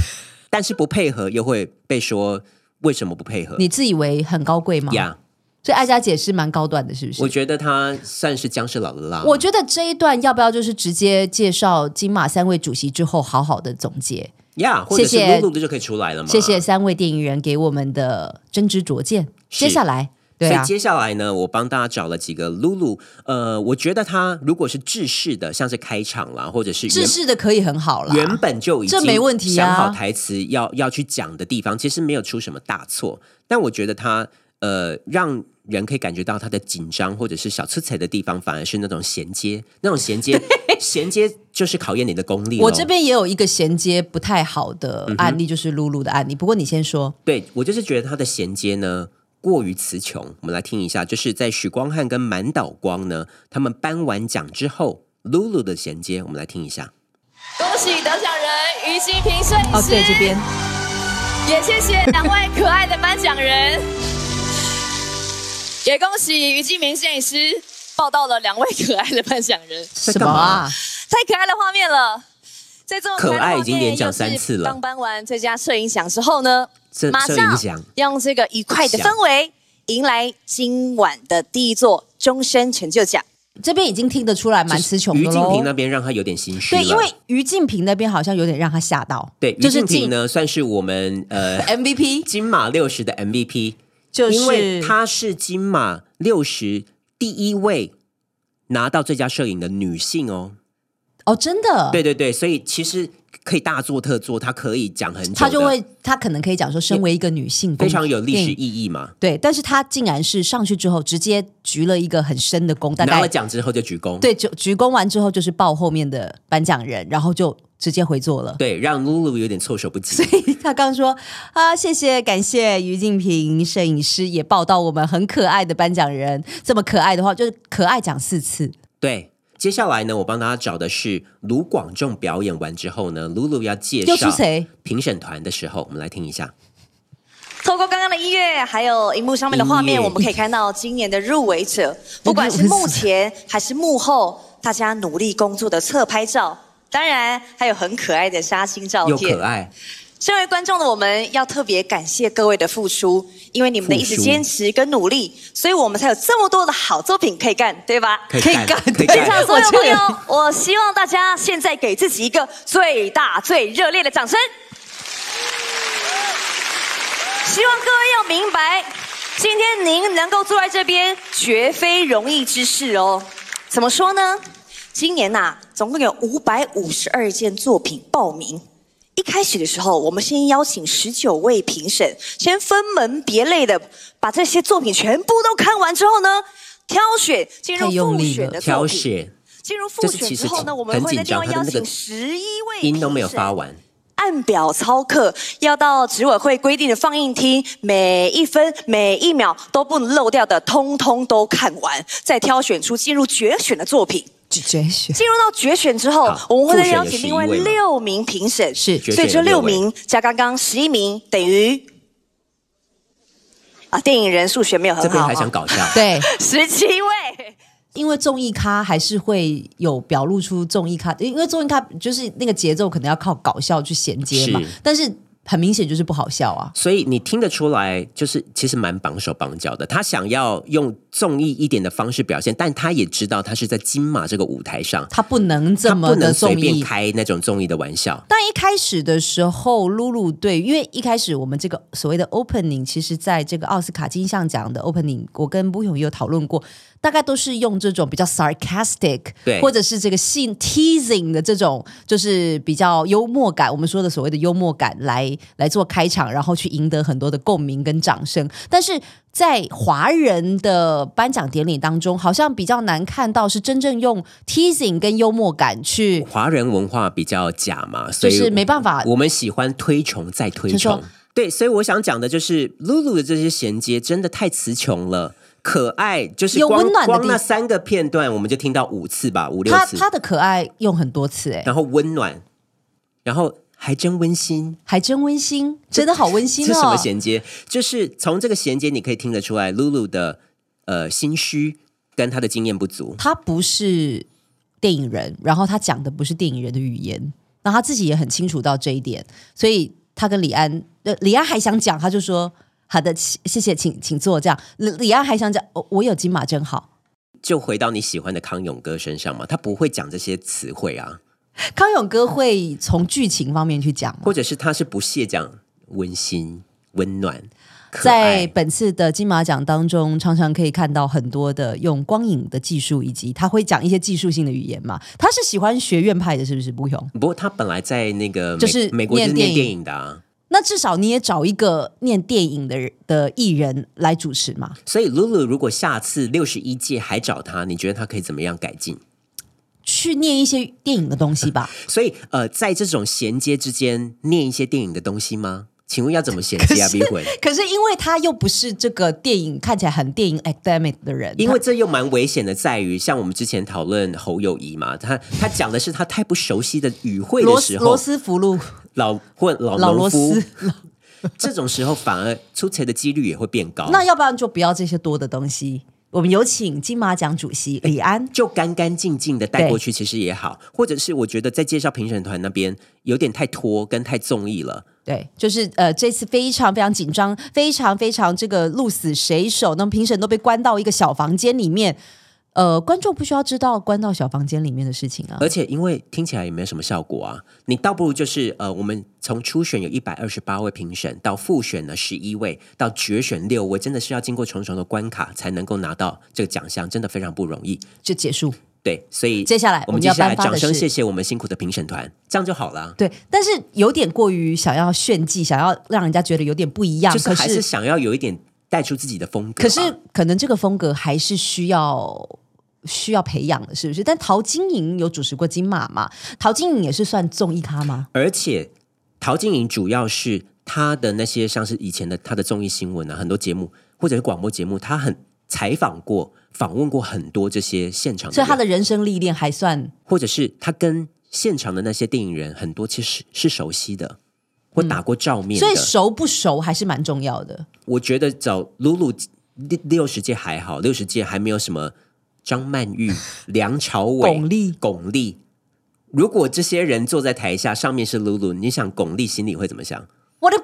Speaker 1: 但是不配合又会被说为什么不配合？
Speaker 2: 你自以为很高贵吗？
Speaker 1: 呀
Speaker 2: 所以艾佳姐是蛮高端的，是不是
Speaker 1: 我？觉得她算是僵尸老了啦。
Speaker 2: 我觉得这一段要不要就是直接介绍金马三位主席之后，好好的总结？
Speaker 1: 呀或者是
Speaker 2: 谢谢
Speaker 1: 露露的就可以出来了嘛。
Speaker 2: 谢谢三位电影人给我们的真知灼见。
Speaker 1: 是
Speaker 2: 接下来，对
Speaker 1: 所以
Speaker 2: 啊，
Speaker 1: 接下来呢，我帮大家找了几个露露，呃，我觉得她如果是制式的，像是开场啦，或者是
Speaker 2: 制
Speaker 1: 原
Speaker 2: 式的可以很好啦。
Speaker 1: 原本就已经
Speaker 2: 这没问题啊
Speaker 1: 想好台词要要去讲的地方，其实没有出什么大错。但我觉得他呃，让人可以感觉到他的紧张或者是小出彩的地方，反而是那种衔接，那种衔 接衔接就是考验你的功力咯。
Speaker 2: 我这边也有一个衔接不太好的案
Speaker 1: 嗯
Speaker 2: 例，就是露露的案例。不过你先说，
Speaker 1: 对我就是觉得他的衔接呢过于词穷。我们来听一下，就是在许光汉跟满岛光呢，他们颁完奖之后。露露的衔接，我们来听一下。
Speaker 9: 恭喜得奖人于新平摄影师。
Speaker 2: 哦，对，这边
Speaker 9: 也谢谢两位可爱的颁奖人，也恭喜于继明摄影师报到了两位可爱的颁奖人，
Speaker 2: 什么啊？
Speaker 9: 太可爱的画面了。在这么
Speaker 1: 可爱
Speaker 9: 的画面
Speaker 1: 已经连讲三次了
Speaker 9: 又是刚颁完最佳摄影奖之后呢，
Speaker 1: 这
Speaker 9: 马
Speaker 1: 摄影
Speaker 9: 上
Speaker 1: 奖
Speaker 9: 用这个愉快的
Speaker 1: 奖
Speaker 9: 氛
Speaker 8: 氛围迎来今晚的第一座终身成就奖。
Speaker 2: 这边已经听得出来蛮词穷
Speaker 1: 于
Speaker 2: 的
Speaker 1: 静平那
Speaker 2: 喽。
Speaker 1: 边让他有点心虚了。
Speaker 2: 对，因为于静平那边好像有点让他吓到。
Speaker 1: 对，于
Speaker 2: 就是
Speaker 1: 静平
Speaker 2: 进
Speaker 1: 呢，算是我们 呃
Speaker 2: MVP
Speaker 1: 金马六十的 MVP，
Speaker 2: 就是
Speaker 1: 因为她是金马六十第一位拿到最佳摄影的女性哦。
Speaker 2: 哦，真的，
Speaker 1: 对对对，所以其实可以大做特做，她可以讲很久的，
Speaker 2: 她就会，她可能可以讲说，身为一个女性，
Speaker 1: 非常有历史
Speaker 2: 义。
Speaker 1: 意义嘛。
Speaker 2: 对，但是她竟然是上去之后直接鞠了一个很深的躬，大
Speaker 1: 拿
Speaker 2: 概
Speaker 1: 了奖之后就鞠躬，
Speaker 2: 对，就鞠躬完之后就是抱后面的颁奖人，然后就直接回 座了。
Speaker 1: 对，让露露有点措手不及。
Speaker 2: 他刚说啊，谢谢，感谢于静平摄影师也报道我们很可爱的颁奖人，这么可爱的话就是可爱讲四次，
Speaker 1: 对，接下来呢，我帮大家找的是卢广仲表演完之后呢，露露要介
Speaker 2: 又
Speaker 1: 绍
Speaker 2: 出谁
Speaker 1: 评审团的时候，我们来听一下。
Speaker 8: 透过刚刚的音乐，还有荧幕上面的画
Speaker 1: 音
Speaker 8: 面，
Speaker 1: 乐
Speaker 8: 我们可以看到今年的入围者， 不管是幕前还是幕后，大家努力工作的侧拍照，当然还有很可爱的杀青照
Speaker 1: 又
Speaker 8: 片
Speaker 1: 可。爱，
Speaker 8: 身为观众的我们，要特别感谢各位的付出，因为你们的一直
Speaker 1: 付出
Speaker 8: 坚持跟努力，所以我们才有这么多的好作品可以干，对吧？
Speaker 1: 可以
Speaker 2: 可以
Speaker 1: 干，
Speaker 2: 干
Speaker 1: 可以
Speaker 2: 对
Speaker 8: 现
Speaker 1: 干
Speaker 8: 场所
Speaker 2: 我
Speaker 8: 有
Speaker 2: 这
Speaker 8: 朋
Speaker 2: 个人
Speaker 8: 友，我希望大家现在给自己一个最大、最热烈的掌声。希望各位要明白，今天您能够坐在这边，绝非容易之事哦。怎么说呢？今年呐、总共有五百五十二件作品报名。一开始的时候，我们先邀请十九位评审，先分门别类的把这些作品全部都看完之后呢，挑选进入
Speaker 2: 太用
Speaker 8: 复
Speaker 2: 力
Speaker 8: 选
Speaker 2: 了
Speaker 8: 的作
Speaker 1: 挑
Speaker 8: 品。
Speaker 1: 选
Speaker 8: 进入复选之后
Speaker 1: 这是其实
Speaker 8: 呢，我们会
Speaker 1: 很紧
Speaker 8: 在另
Speaker 1: 张
Speaker 8: 外邀
Speaker 1: 他的那
Speaker 8: 请
Speaker 1: 个
Speaker 8: 十一位
Speaker 1: 音都没有发
Speaker 8: 评审
Speaker 1: 完，
Speaker 8: 按表操课，要到执委会规定的放映厅，每一分每一秒都不能漏掉的，通通都看完，再挑选出进入决选的作品。
Speaker 2: 绝学
Speaker 8: 进入到决选之后
Speaker 1: 好，
Speaker 8: 我们会
Speaker 1: 复
Speaker 8: 再
Speaker 1: 选
Speaker 8: 邀
Speaker 1: 有
Speaker 8: 请
Speaker 1: 11
Speaker 8: 另外
Speaker 1: 位嘛
Speaker 8: 六名评审，
Speaker 2: 是
Speaker 1: 决
Speaker 8: 所
Speaker 1: 选
Speaker 8: 以
Speaker 1: 有
Speaker 8: 这
Speaker 1: 六
Speaker 8: 六
Speaker 1: 位
Speaker 8: 名加刚刚十一名等于啊，电影人数学没有
Speaker 1: 这
Speaker 8: 很
Speaker 1: 边
Speaker 8: 好、
Speaker 1: 还想
Speaker 8: 哦，
Speaker 1: 搞笑，
Speaker 2: 对，
Speaker 8: 十七位。
Speaker 2: 因为综艺咖还是会有表露出综艺咖，因为综艺咖就是那个节奏可能要靠搞笑去衔接嘛
Speaker 1: 是，
Speaker 2: 但是很明显就是不好笑啊。
Speaker 1: 所以你听得出来，就是其实蛮绑手绑脚的。他想要用综艺一点的方式表现，但他也知道他是在金马这个舞台上，
Speaker 2: 他不能
Speaker 1: 他
Speaker 2: 这
Speaker 1: 不
Speaker 2: 么的
Speaker 1: 能
Speaker 2: 综
Speaker 1: 随便
Speaker 2: 艺。
Speaker 1: 开那种综艺的玩笑。
Speaker 2: 但一开始的时候，露露对，因为一开始我们这个所谓的 opening，其实在这个奥斯卡金像奖的 opening，我跟布勇也有讨论过，大概都是用这种比较 sarcastic，
Speaker 1: 对
Speaker 2: 或者是这个性 teasing 的这种，就是比较幽默感，我们说的所谓的幽默感来来做开场，然后去赢得很多的共鸣跟掌声。但是在华人的颁奖典礼当中，好像比较难看到是真正用 teasing 跟幽默感去。
Speaker 1: 华人文化比较假嘛，所
Speaker 2: 就
Speaker 1: 以
Speaker 2: 是没办法
Speaker 1: 我们喜欢推崇再推
Speaker 2: 就说
Speaker 1: 崇。对，所以我想讲的就是露露的这些衔接真的太词穷了。可爱就是
Speaker 2: 有
Speaker 1: 光
Speaker 2: 温暖的地
Speaker 1: 光那三个片段，我们就听到五次吧，五六
Speaker 2: 他
Speaker 1: 次。
Speaker 2: 他的可爱用很多次哎、
Speaker 1: 然后温暖，然后还真温馨。
Speaker 2: 还真温馨，真的好温馨
Speaker 1: 这什么
Speaker 2: 哦！
Speaker 1: 衔接？就是从这个衔接，你可以听得出来露露的呃心虚跟她的经验不足。
Speaker 2: 他不是电影人，然后他讲的不是电影人的语言，那他自己也很清楚到这一点，所以他跟李安，呃，李安还想讲，他就说好的，请谢谢，请请坐这样。李李安还想讲，哦我有金马真好。
Speaker 1: 就回到你喜欢的康永哥身上嘛，他不会讲这些词汇啊，
Speaker 2: 康永哥会从剧情方面去讲吗？
Speaker 1: 或者是他是不屑讲温馨、温暖、可
Speaker 2: 在
Speaker 1: 爱。
Speaker 2: 本次的金马奖当中，常常可以看到很多的用光影的技术，以及他会讲一些技术性的语言嘛。他是喜欢学院派的，是不是？不用，
Speaker 1: 不过他本来在那个美
Speaker 2: 就是
Speaker 1: 美国就是
Speaker 2: 念
Speaker 1: 念
Speaker 2: 电影
Speaker 1: 电影的啊，
Speaker 2: 那至少你也找一个念电影的人的艺人来主持嘛。
Speaker 1: 所以露露如果下次六十一届还找他，你觉得他可以怎么样改进？
Speaker 2: 去念一些电影的东西吧。
Speaker 1: 所以呃，在这种衔接之间念一些电影的东西吗？请问要怎么衔接啊？
Speaker 2: 可是
Speaker 1: 逼婚？
Speaker 2: 可是因为他又不是这个电影看起来很电影 academic 的人，
Speaker 1: 因为这又蛮危险的，在于像我们之前讨论侯友谊嘛，他他讲的是他太不熟悉的语汇
Speaker 2: 罗
Speaker 1: 的
Speaker 2: 斯
Speaker 1: 时
Speaker 2: 罗
Speaker 1: 候，
Speaker 2: 斯福路
Speaker 1: 老或老
Speaker 2: 老
Speaker 1: 农
Speaker 2: 罗
Speaker 1: 夫
Speaker 2: 斯，
Speaker 1: 这种时候反而出错的几率也会变高。
Speaker 2: 那要不然就不要这些多的东西。我们有请金马奖主席李安。
Speaker 1: 就干干净净的带
Speaker 2: 对
Speaker 1: 过去，其实也好，或者是我觉得在介绍评审团那边有点太拖跟太综艺了。
Speaker 2: 对，就是呃，这次非常非常紧张，非常非常这个鹿死谁手，那么评审都被关到一个小房间里面。呃，观众不需要知道关到小房间里面的事情啊。
Speaker 1: 而且因为听起来也没有什么效果啊，你倒不如就是呃，我们从初选有一百二十八位评审，到复选呢十一位，到决选六位，真的是要经过重重的关卡才能够拿到这个奖项，真的非常不容易。
Speaker 2: 就结束。
Speaker 1: 对，所以
Speaker 2: 接下来
Speaker 1: 我
Speaker 2: 我
Speaker 1: 们
Speaker 2: 们
Speaker 1: 接
Speaker 2: 要
Speaker 1: 下来
Speaker 2: 颁发
Speaker 1: 掌
Speaker 2: 的
Speaker 1: 声
Speaker 2: 是
Speaker 1: 谢谢我们辛苦的评审团，这样就好了。
Speaker 2: 对，但是有点过于想要炫技，想要让人家觉得有点不一样。
Speaker 1: 就是
Speaker 2: 啊可
Speaker 1: 还是想要有一点带出自己的风格啊、
Speaker 2: 可是可能这个风格还是需要需要培养的，是不是？但陶晶莹有主持过金马嘛？陶晶莹也是算综艺咖吗？
Speaker 1: 而且陶晶莹主要是她的那些像是以前的她的综艺新闻啊，很多节目或者是广播节目，她很采访过、访问过很多这些现场的人，
Speaker 2: 所以她的人生历练还算
Speaker 1: 或者是她跟现场的那些电影人很多其实是熟悉的。或打过照面的，
Speaker 2: 所以熟不熟还是蛮重要的。
Speaker 1: 我觉得找露露六六十届还好，六十届还没有什么张曼玉、梁朝伟、
Speaker 2: 巩俐
Speaker 1: 巩俐。如果这些人坐在台下，上面是露露，你想巩俐心里会怎么想？
Speaker 2: 我 的，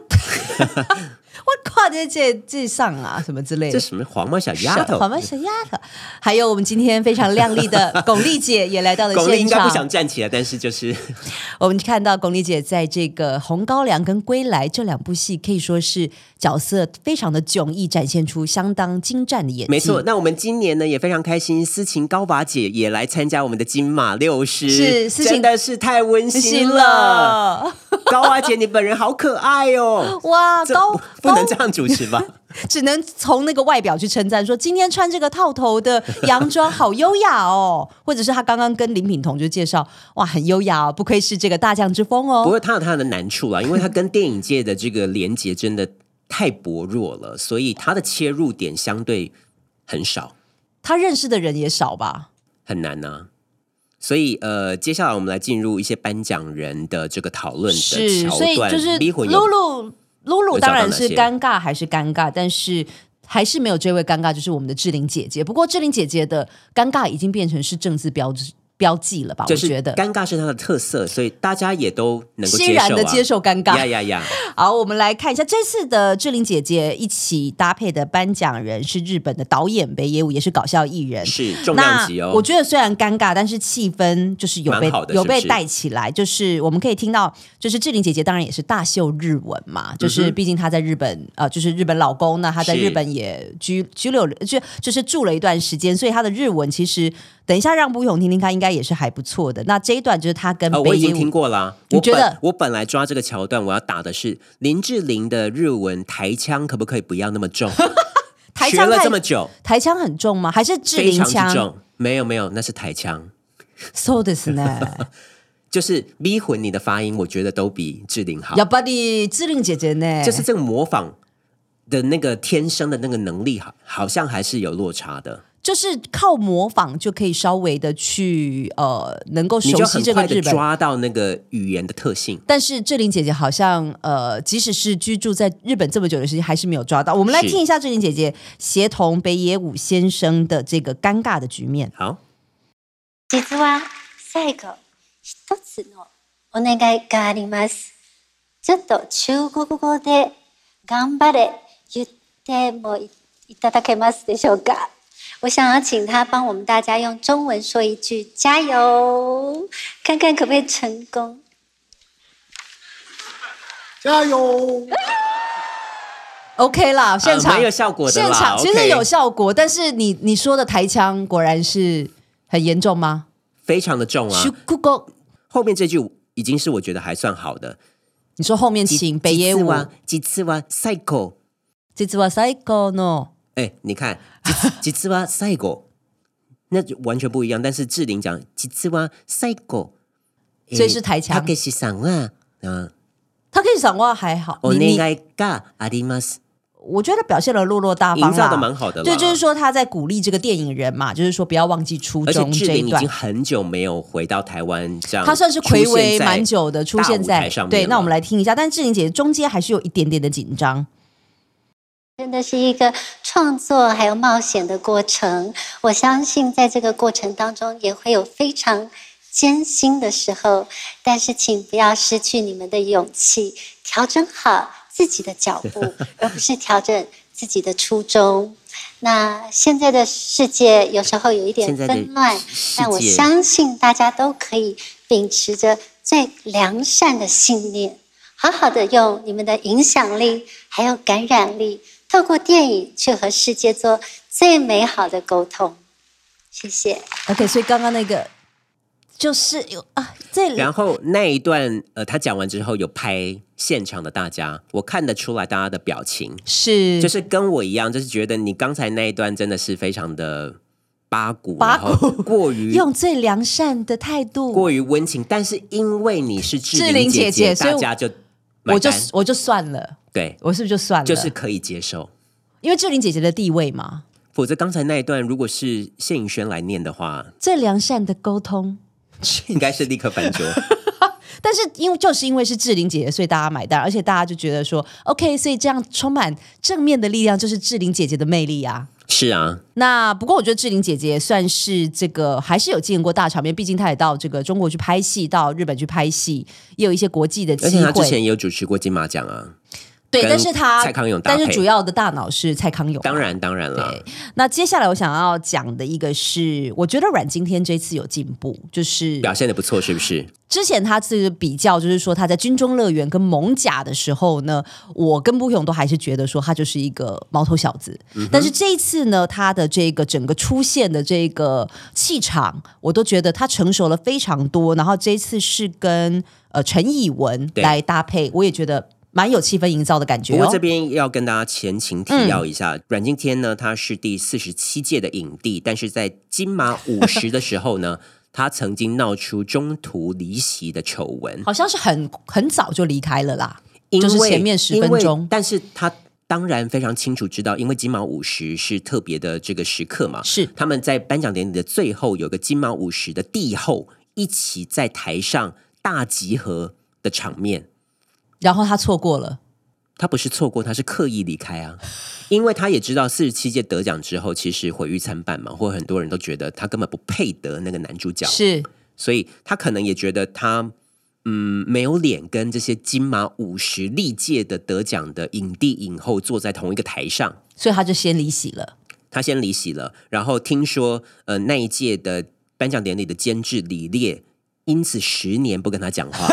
Speaker 2: 我靠，这这这上啊，什么之类
Speaker 1: 这
Speaker 2: 的。
Speaker 1: 什么黄毛小丫头？
Speaker 2: 好吗？小丫头，还有我们今天非常靓 丽的巩俐姐也来到了
Speaker 1: 巩俐
Speaker 2: 现
Speaker 1: 应该
Speaker 2: 场
Speaker 1: 不。想站起来，但是就是
Speaker 2: 我们看到巩俐姐在这个《红高粱》跟《归来》这两部戏，可以说是角色非常的迥异，展现出相当精湛的演技。
Speaker 1: 没错。，那我们今年呢也非常开心，思琴高娃姐也来参加我们的金马六十，
Speaker 2: 是思
Speaker 1: 真
Speaker 2: 琴
Speaker 1: 的是太温馨 了。，高娃姐，你本人好可爱哦。
Speaker 2: 哇，
Speaker 1: 这
Speaker 2: 高
Speaker 1: 不能
Speaker 2: 高
Speaker 1: 这样主持吧？
Speaker 2: 只能从那个外表去称赞，说今天穿这个套头的洋装好优雅哦，或者是他刚刚跟林品彤就介绍，哇，很优雅哦，不愧是这个大将之风
Speaker 1: 不
Speaker 2: 哦。
Speaker 1: 过他有他的难处啦，因为他跟电影界的这个连接真的太薄弱了，所以他的切入点相对很少，
Speaker 2: 他认识的人也少吧？
Speaker 1: 很难呐、所以呃，接下来我们来进入一些颁奖人的这个讨论的
Speaker 2: 是，
Speaker 1: 桥
Speaker 2: 所以
Speaker 1: 段。
Speaker 2: 就是
Speaker 1: 离婚有
Speaker 2: 露露，露露
Speaker 1: 有找
Speaker 2: 当
Speaker 1: 到
Speaker 2: 然
Speaker 1: 哪
Speaker 2: 是
Speaker 1: 些
Speaker 2: 尴尬还是尴尬，但是还是没有这位尴尬，就是我们的志玲姐姐。不过志玲姐姐的尴尬已经变成是政治标志标记了吧？
Speaker 1: 就是
Speaker 2: 我觉得。
Speaker 1: 尴尬是他的特色，所以大家也都能够啊
Speaker 2: 欣然的接受尴尬
Speaker 1: 呀呀呀！
Speaker 2: 好，我们来看一下这次的志玲姐姐一起搭配的颁奖人是日本的导演北野武，也是搞笑艺人。
Speaker 1: 是 重量
Speaker 2: 那
Speaker 1: 级哦。
Speaker 2: 我觉得虽然尴尬，但是气氛就是有被
Speaker 1: 蛮好的
Speaker 2: 有
Speaker 1: 是不是
Speaker 2: 被带起来，就是我们可以听到，就是志玲姐姐当然也是大秀日文嘛，就是毕竟她在日本呃，就是日本老公呢，她在
Speaker 1: 嗯是
Speaker 2: 日本也居居留就就是住了一段时间，所以她的日文其实等一下让不勇听听看，应该也是还不错的。那这一段就是她跟
Speaker 1: 呃，我
Speaker 2: 北
Speaker 1: 已
Speaker 2: 野
Speaker 1: 经听
Speaker 2: 武。
Speaker 1: 过啦。
Speaker 2: 你
Speaker 1: 我
Speaker 2: 觉
Speaker 1: 本
Speaker 2: 得
Speaker 1: 我本来抓这个桥段，我要打的是林志玲的日文台腔，可不可以不要那么重？
Speaker 2: 台
Speaker 1: 学
Speaker 2: 腔
Speaker 1: 了
Speaker 2: 太
Speaker 1: 这么久，
Speaker 2: 台腔很重吗？还是志
Speaker 1: 非
Speaker 2: 玲
Speaker 1: 常之
Speaker 2: 腔
Speaker 1: 重。没有没有，那是台腔，
Speaker 2: ？So this 呢？
Speaker 1: 就是逼混你的发音，我觉得都比志玲好
Speaker 2: 要。不的志玲姐姐呢？
Speaker 1: 就是这个模仿的那个天生的那个能力，好，好像还是有落差的。
Speaker 2: 就是靠模仿就可以稍微的去呃，能够
Speaker 1: 你
Speaker 2: 熟
Speaker 1: 就
Speaker 2: 悉
Speaker 1: 很
Speaker 2: 这个
Speaker 1: 快
Speaker 2: 日
Speaker 1: 的
Speaker 2: 本。
Speaker 1: 抓到那个语言的特性。
Speaker 2: 但是志玲姐姐好像呃，即使是居住在日本这么久的时间，还是没有抓到。我们来
Speaker 1: 是
Speaker 2: 听一下志玲姐姐协同北野武先生的这个尴尬的局面。
Speaker 1: 好，
Speaker 10: 実は最後一つのお願いがありますちょっと中国語で頑張れ言ってもいいただけますでしょうか我想要请他帮我们大家用中文说一句“加油”，看看可不可以成功。
Speaker 3: 加油！
Speaker 2: OK 啦，现场、
Speaker 1: 呃蛮有效果的啦
Speaker 2: 现场
Speaker 1: OK
Speaker 2: 其实有效果，但是你你说的台腔果然是很严重吗？
Speaker 1: 非常的重啊
Speaker 2: 去。Google，
Speaker 1: 后面这句已经是我觉得还算好的。
Speaker 2: 你说后面请北野武，
Speaker 1: 几次哇，赛狗。
Speaker 2: 这次哇塞狗 no，
Speaker 1: 哎，你看， 几次哇，赛狗，那就完全不一样。但是志玲讲几次哇，赛狗，
Speaker 2: 所以是台腔
Speaker 1: 他给是上啊，嗯，
Speaker 2: 他可以讲话还好，
Speaker 1: 我
Speaker 2: 你
Speaker 1: 哦应
Speaker 2: 你
Speaker 1: 该嘎阿里马斯，
Speaker 2: 我觉得表现的落落大方啦，
Speaker 1: 营造的蛮好的啦。
Speaker 2: 对，就是说他在鼓励这个电影人嘛，就是说不要忘记初
Speaker 1: 而且
Speaker 2: 衷
Speaker 1: 志
Speaker 2: 这
Speaker 1: 玲
Speaker 2: 一
Speaker 1: 已
Speaker 2: 段
Speaker 1: 经。很久没有回到台湾，这样
Speaker 2: 他算是暌
Speaker 1: 出现
Speaker 2: 违
Speaker 1: 在
Speaker 2: 蛮久的，出现
Speaker 1: 大舞
Speaker 2: 在
Speaker 1: 台上面
Speaker 2: 对。那我们
Speaker 1: 了
Speaker 2: 来听一下，但志玲姐姐中间还是有一点点的紧张。
Speaker 10: 真的是一个创作还有冒险的过程。我相信在这个过程当中也会有非常艰辛的时候，但是请不要失去你们的勇气，调整好自己的脚步，而不是调整自己的初衷。那现在的世界有时候有一点
Speaker 1: 现在的
Speaker 10: 纷乱，
Speaker 1: 世
Speaker 10: 但我
Speaker 1: 界
Speaker 10: 相信大家都可以秉持着最良善的信念，好好的用你们的影响力还有感染力，透过电影去和世界做最美好的沟通。谢谢。
Speaker 2: OK，所以刚刚那个就是有啊，这里
Speaker 1: 然后那一段，呃，他讲完之后有拍现场的大家，我看得出来大家的表情，
Speaker 2: 是
Speaker 1: 就是跟我一样，就是觉得你刚才那一段真的是非常的八股，
Speaker 2: 八股
Speaker 1: 然后过 于
Speaker 2: 用最良善的态度，
Speaker 1: 过于温情，但是因为你是志
Speaker 2: 志玲姐
Speaker 1: 姐
Speaker 2: 姐所以
Speaker 1: 大
Speaker 2: 我
Speaker 1: 家就买
Speaker 2: 我就
Speaker 1: 单
Speaker 2: 我就算了，
Speaker 1: 对，
Speaker 2: 我是不是就算了？
Speaker 1: 就是可以接受。
Speaker 2: 因为志玲姐姐的地位嘛，
Speaker 1: 否则刚才那一段如果是谢颖轩来念的 话，
Speaker 2: 最良善的沟通。
Speaker 1: 应该是立刻翻 桌。
Speaker 2: 但是因为就是因为是志玲姐姐，所以大家买单，而且大家就觉得说 OK，所以这样充满正面的力量就是志玲姐姐的魅力啊。
Speaker 1: 是啊，
Speaker 2: 那不过，我觉得志玲姐姐算是这个还是有见过大场面，毕竟她也到这个中国去拍戏，到日本去拍戏，也有一些国际的
Speaker 1: 而
Speaker 2: 机
Speaker 1: 且他之前
Speaker 2: 会。
Speaker 1: 也有主持过金马奖啊，
Speaker 2: 对，
Speaker 1: 跟
Speaker 2: 但是她
Speaker 1: 蔡康永搭
Speaker 2: 但
Speaker 1: 配
Speaker 2: 是主要的大脑是蔡康永。
Speaker 1: 当，然当然啦，
Speaker 2: 对。那接下来我想要讲的一个是，我觉得阮经天这次有进步，就是
Speaker 1: 表现的不错，是不是？
Speaker 2: 之前他自己比较，就是说他在军中乐园跟蒙甲的时候呢，我跟布勇都还是觉得说他就是一个毛头小子。
Speaker 1: 嗯
Speaker 2: 但是这一次呢，他的这个整个出现的这个气场，我都觉得他成熟了非常多。然后这一次是跟呃陈以文
Speaker 1: 对
Speaker 2: 来搭配，我也觉得蛮有嗯气氛营造的感觉、
Speaker 1: 不
Speaker 2: 哦。
Speaker 1: 过这边要跟大家前情提要一下，阮经天呢，他是第四十七届的影帝，但是在金马五十的时候呢， 他曾经闹出中途离席的丑闻，
Speaker 2: 好像是很很早就离开了啦，
Speaker 1: 因为
Speaker 2: 就是前面十分
Speaker 1: 因
Speaker 2: 钟
Speaker 1: 为但是他。当然非常清楚知道，因为金马五十是特别的这个时刻嘛，
Speaker 2: 是
Speaker 1: 他们在颁奖典礼的最后有个金马五十的帝后一起在台上大集合的场面，
Speaker 2: 然后他错过了。
Speaker 1: 他不是错过，他是刻意离开啊，因为他也知道四十七届得奖之后，其实毁誉参半嘛，或者很多人都觉得他根本不配得那个男主角，
Speaker 2: 是
Speaker 1: 所以他可能也觉得他嗯没有脸跟这些金马五十历届的得奖的影帝影后坐在同一个台上，
Speaker 2: 所以他就先离席了。
Speaker 1: 他先离席了，然后听说呃那一届的颁奖典礼的监制李烈，因此十年不跟他讲 话。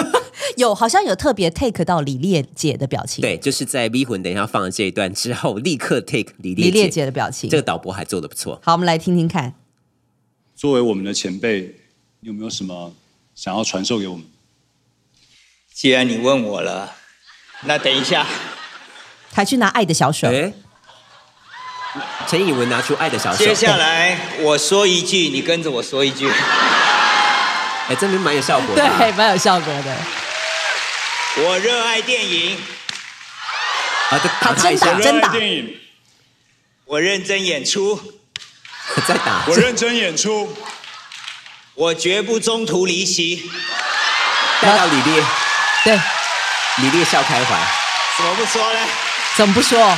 Speaker 2: 有好像有特别 take 到李烈姐的表情，
Speaker 1: 对，就是在 V 魂等一下放的这一段之后，立刻 take 李烈
Speaker 2: 李烈
Speaker 1: 姐
Speaker 2: 姐的表情。
Speaker 1: 这个导播还做的不错。
Speaker 2: 好，我们来听听看。
Speaker 11: 作为我们的前辈，你有没有什么想要传授给我们？
Speaker 12: 既然你问我了，那等一下，
Speaker 2: 还去拿爱的小手，
Speaker 1: 哎，陈以文拿出爱的小手，
Speaker 12: 接下来我说一句，你跟着我说一句。
Speaker 1: 哎，这边蛮有效果的啊。
Speaker 2: 对，蛮有效果的。
Speaker 12: 我热爱电影，
Speaker 1: 啊，就啪
Speaker 2: 好
Speaker 1: 他一
Speaker 2: 真
Speaker 1: 下
Speaker 2: 的，真打
Speaker 11: 电影
Speaker 12: 我认真演出，
Speaker 1: 在打。
Speaker 12: 我认真演出，我绝不中途离席。
Speaker 1: 带到李烈，
Speaker 2: 对，
Speaker 1: 李烈笑开怀。
Speaker 12: 怎么不说呢？
Speaker 2: 怎么不说？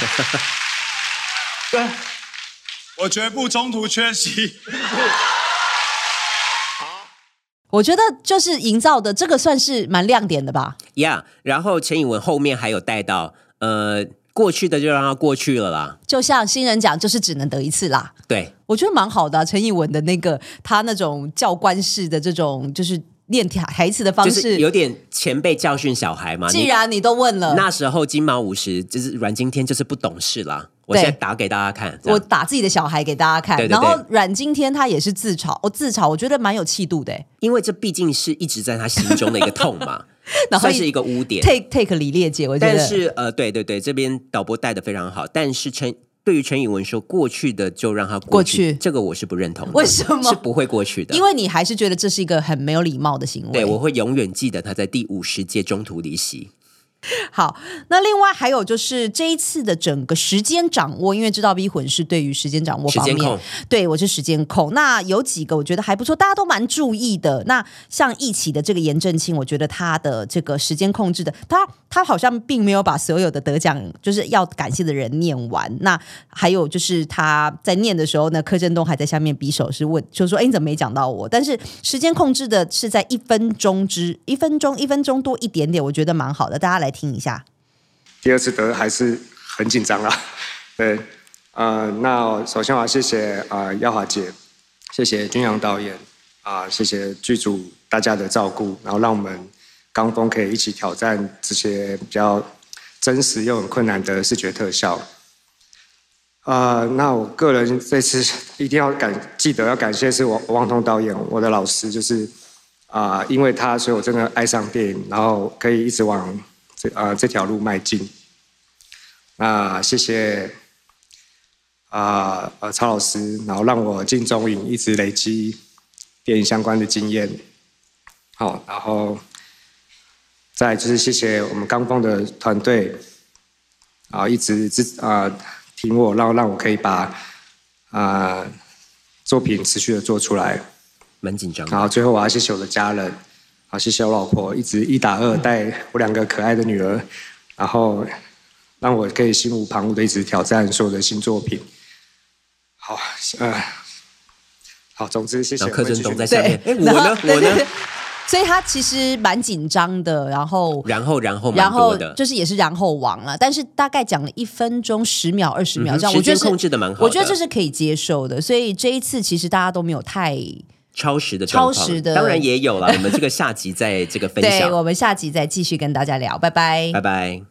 Speaker 12: 对，我绝不中途缺席。
Speaker 2: 我觉得就是营造的这个算是蛮亮点的吧。
Speaker 1: Yeah，然后陈以文后面还有带到，呃，过去的就让它过去了啦。
Speaker 2: 就像新人奖，就是只能得一次啦。
Speaker 1: 对，
Speaker 2: 我觉得蛮好的啊、陈以文的那个他那种教官式的这种就是念台台词的方
Speaker 1: 就
Speaker 2: 式，
Speaker 1: 是有点前辈教训小孩嘛。
Speaker 2: 既然你都问了，
Speaker 1: 那时候金毛五十就是阮经天就是不懂事啦。我
Speaker 2: 对
Speaker 1: 现在打给大家看，这
Speaker 2: 我
Speaker 1: 样
Speaker 2: 打自己的小孩给大家看。
Speaker 1: 对对对
Speaker 2: 然后阮经天他也是自嘲，我、自嘲，我觉得蛮有气度的欸。
Speaker 1: 因为这毕竟是一直在他心中的一个痛嘛
Speaker 2: 然，后
Speaker 1: 算是一个污点。
Speaker 2: take take 李烈姐，我觉得
Speaker 1: 但是呃，对对对，这边导播带的非常好，但是陈。对于陈以文说过去的就让他过去，
Speaker 2: 过去
Speaker 1: 这个我是不认同的。
Speaker 2: 为什么
Speaker 1: 是不会过去的？
Speaker 2: 因为你还是觉得这是一个很没有礼貌的行为。
Speaker 1: 对我会永远记得他在第五十届中途离席。
Speaker 2: 好，那另外还有就是这一次的整个时间掌握，因为知道 V 魂是对于时间掌握方
Speaker 1: 时间
Speaker 2: 面
Speaker 1: 控，
Speaker 2: 对我是时间控。那有几个我觉得还不错，大家都蛮注意的。那像一起的这个严正清，我觉得他的这个时间控制的，他他好像并没有把所有的得奖就是要感谢的人念完。那还有就是他在念的时候呢，柯震东还在下面比手是问，就说：“哎，你怎么没讲到我？”但是时间控制的是在一分钟之一分钟一分钟多一点点，我觉得蛮好的，大家来听一下。
Speaker 13: 第二次得还是很紧张啊。对，呃，那首先我要谢谢啊、呃、耀华姐，谢谢君阳导演啊、谢谢剧组大家的照顾，然后让我们刚峰可以一起挑战这些比较真实又很困难的视觉特效。呃，那我个人这次一定要感记得要感谢是王王彤导演，我的老师，就是啊、因为他，所以我真的爱上电影，然后可以一直往这啊、这条路迈进。那、谢谢啊呃曹老师，然后让我进中影一直累积电影相关的经验。好，然后再来就是谢谢我们刚峰的团队啊、一直支啊、挺我，让让我可以把啊、作品持续的做出来。
Speaker 1: 蛮紧张的。
Speaker 13: 然后最后我要谢谢我的家人，啊，谢谢我老婆，一直一打二带我两个可爱的女儿，然后让我可以心无旁骛的一直挑战所有的新作品。好，呃，好，总之谢谢。
Speaker 1: 然后柯震东在
Speaker 13: 下
Speaker 1: 下
Speaker 13: 面
Speaker 1: 面，
Speaker 13: 哎
Speaker 1: 哎，
Speaker 13: 我
Speaker 1: 我
Speaker 13: 呢
Speaker 1: 呢，
Speaker 13: 我
Speaker 1: 我
Speaker 13: 呢
Speaker 1: 呢，
Speaker 2: 所以他其实蛮紧张的，然后
Speaker 1: 然后然后蛮
Speaker 2: 然后
Speaker 1: 多的，
Speaker 2: 就是也是然后王了，但是大概讲了一分钟十秒二十
Speaker 1: 嗯
Speaker 2: 秒
Speaker 1: 哼
Speaker 2: 这样，我觉得
Speaker 1: 时
Speaker 2: 是
Speaker 1: 间控制得蛮好的
Speaker 2: 我觉得这是可以接受的。所以这一次其实大家都没有太
Speaker 1: 超时的状况
Speaker 2: 超时的
Speaker 1: 当然也有啦。我们这个下集在这个分
Speaker 2: 对，
Speaker 1: 享，
Speaker 2: 我们下集再继续跟大家聊，拜拜
Speaker 1: 拜拜。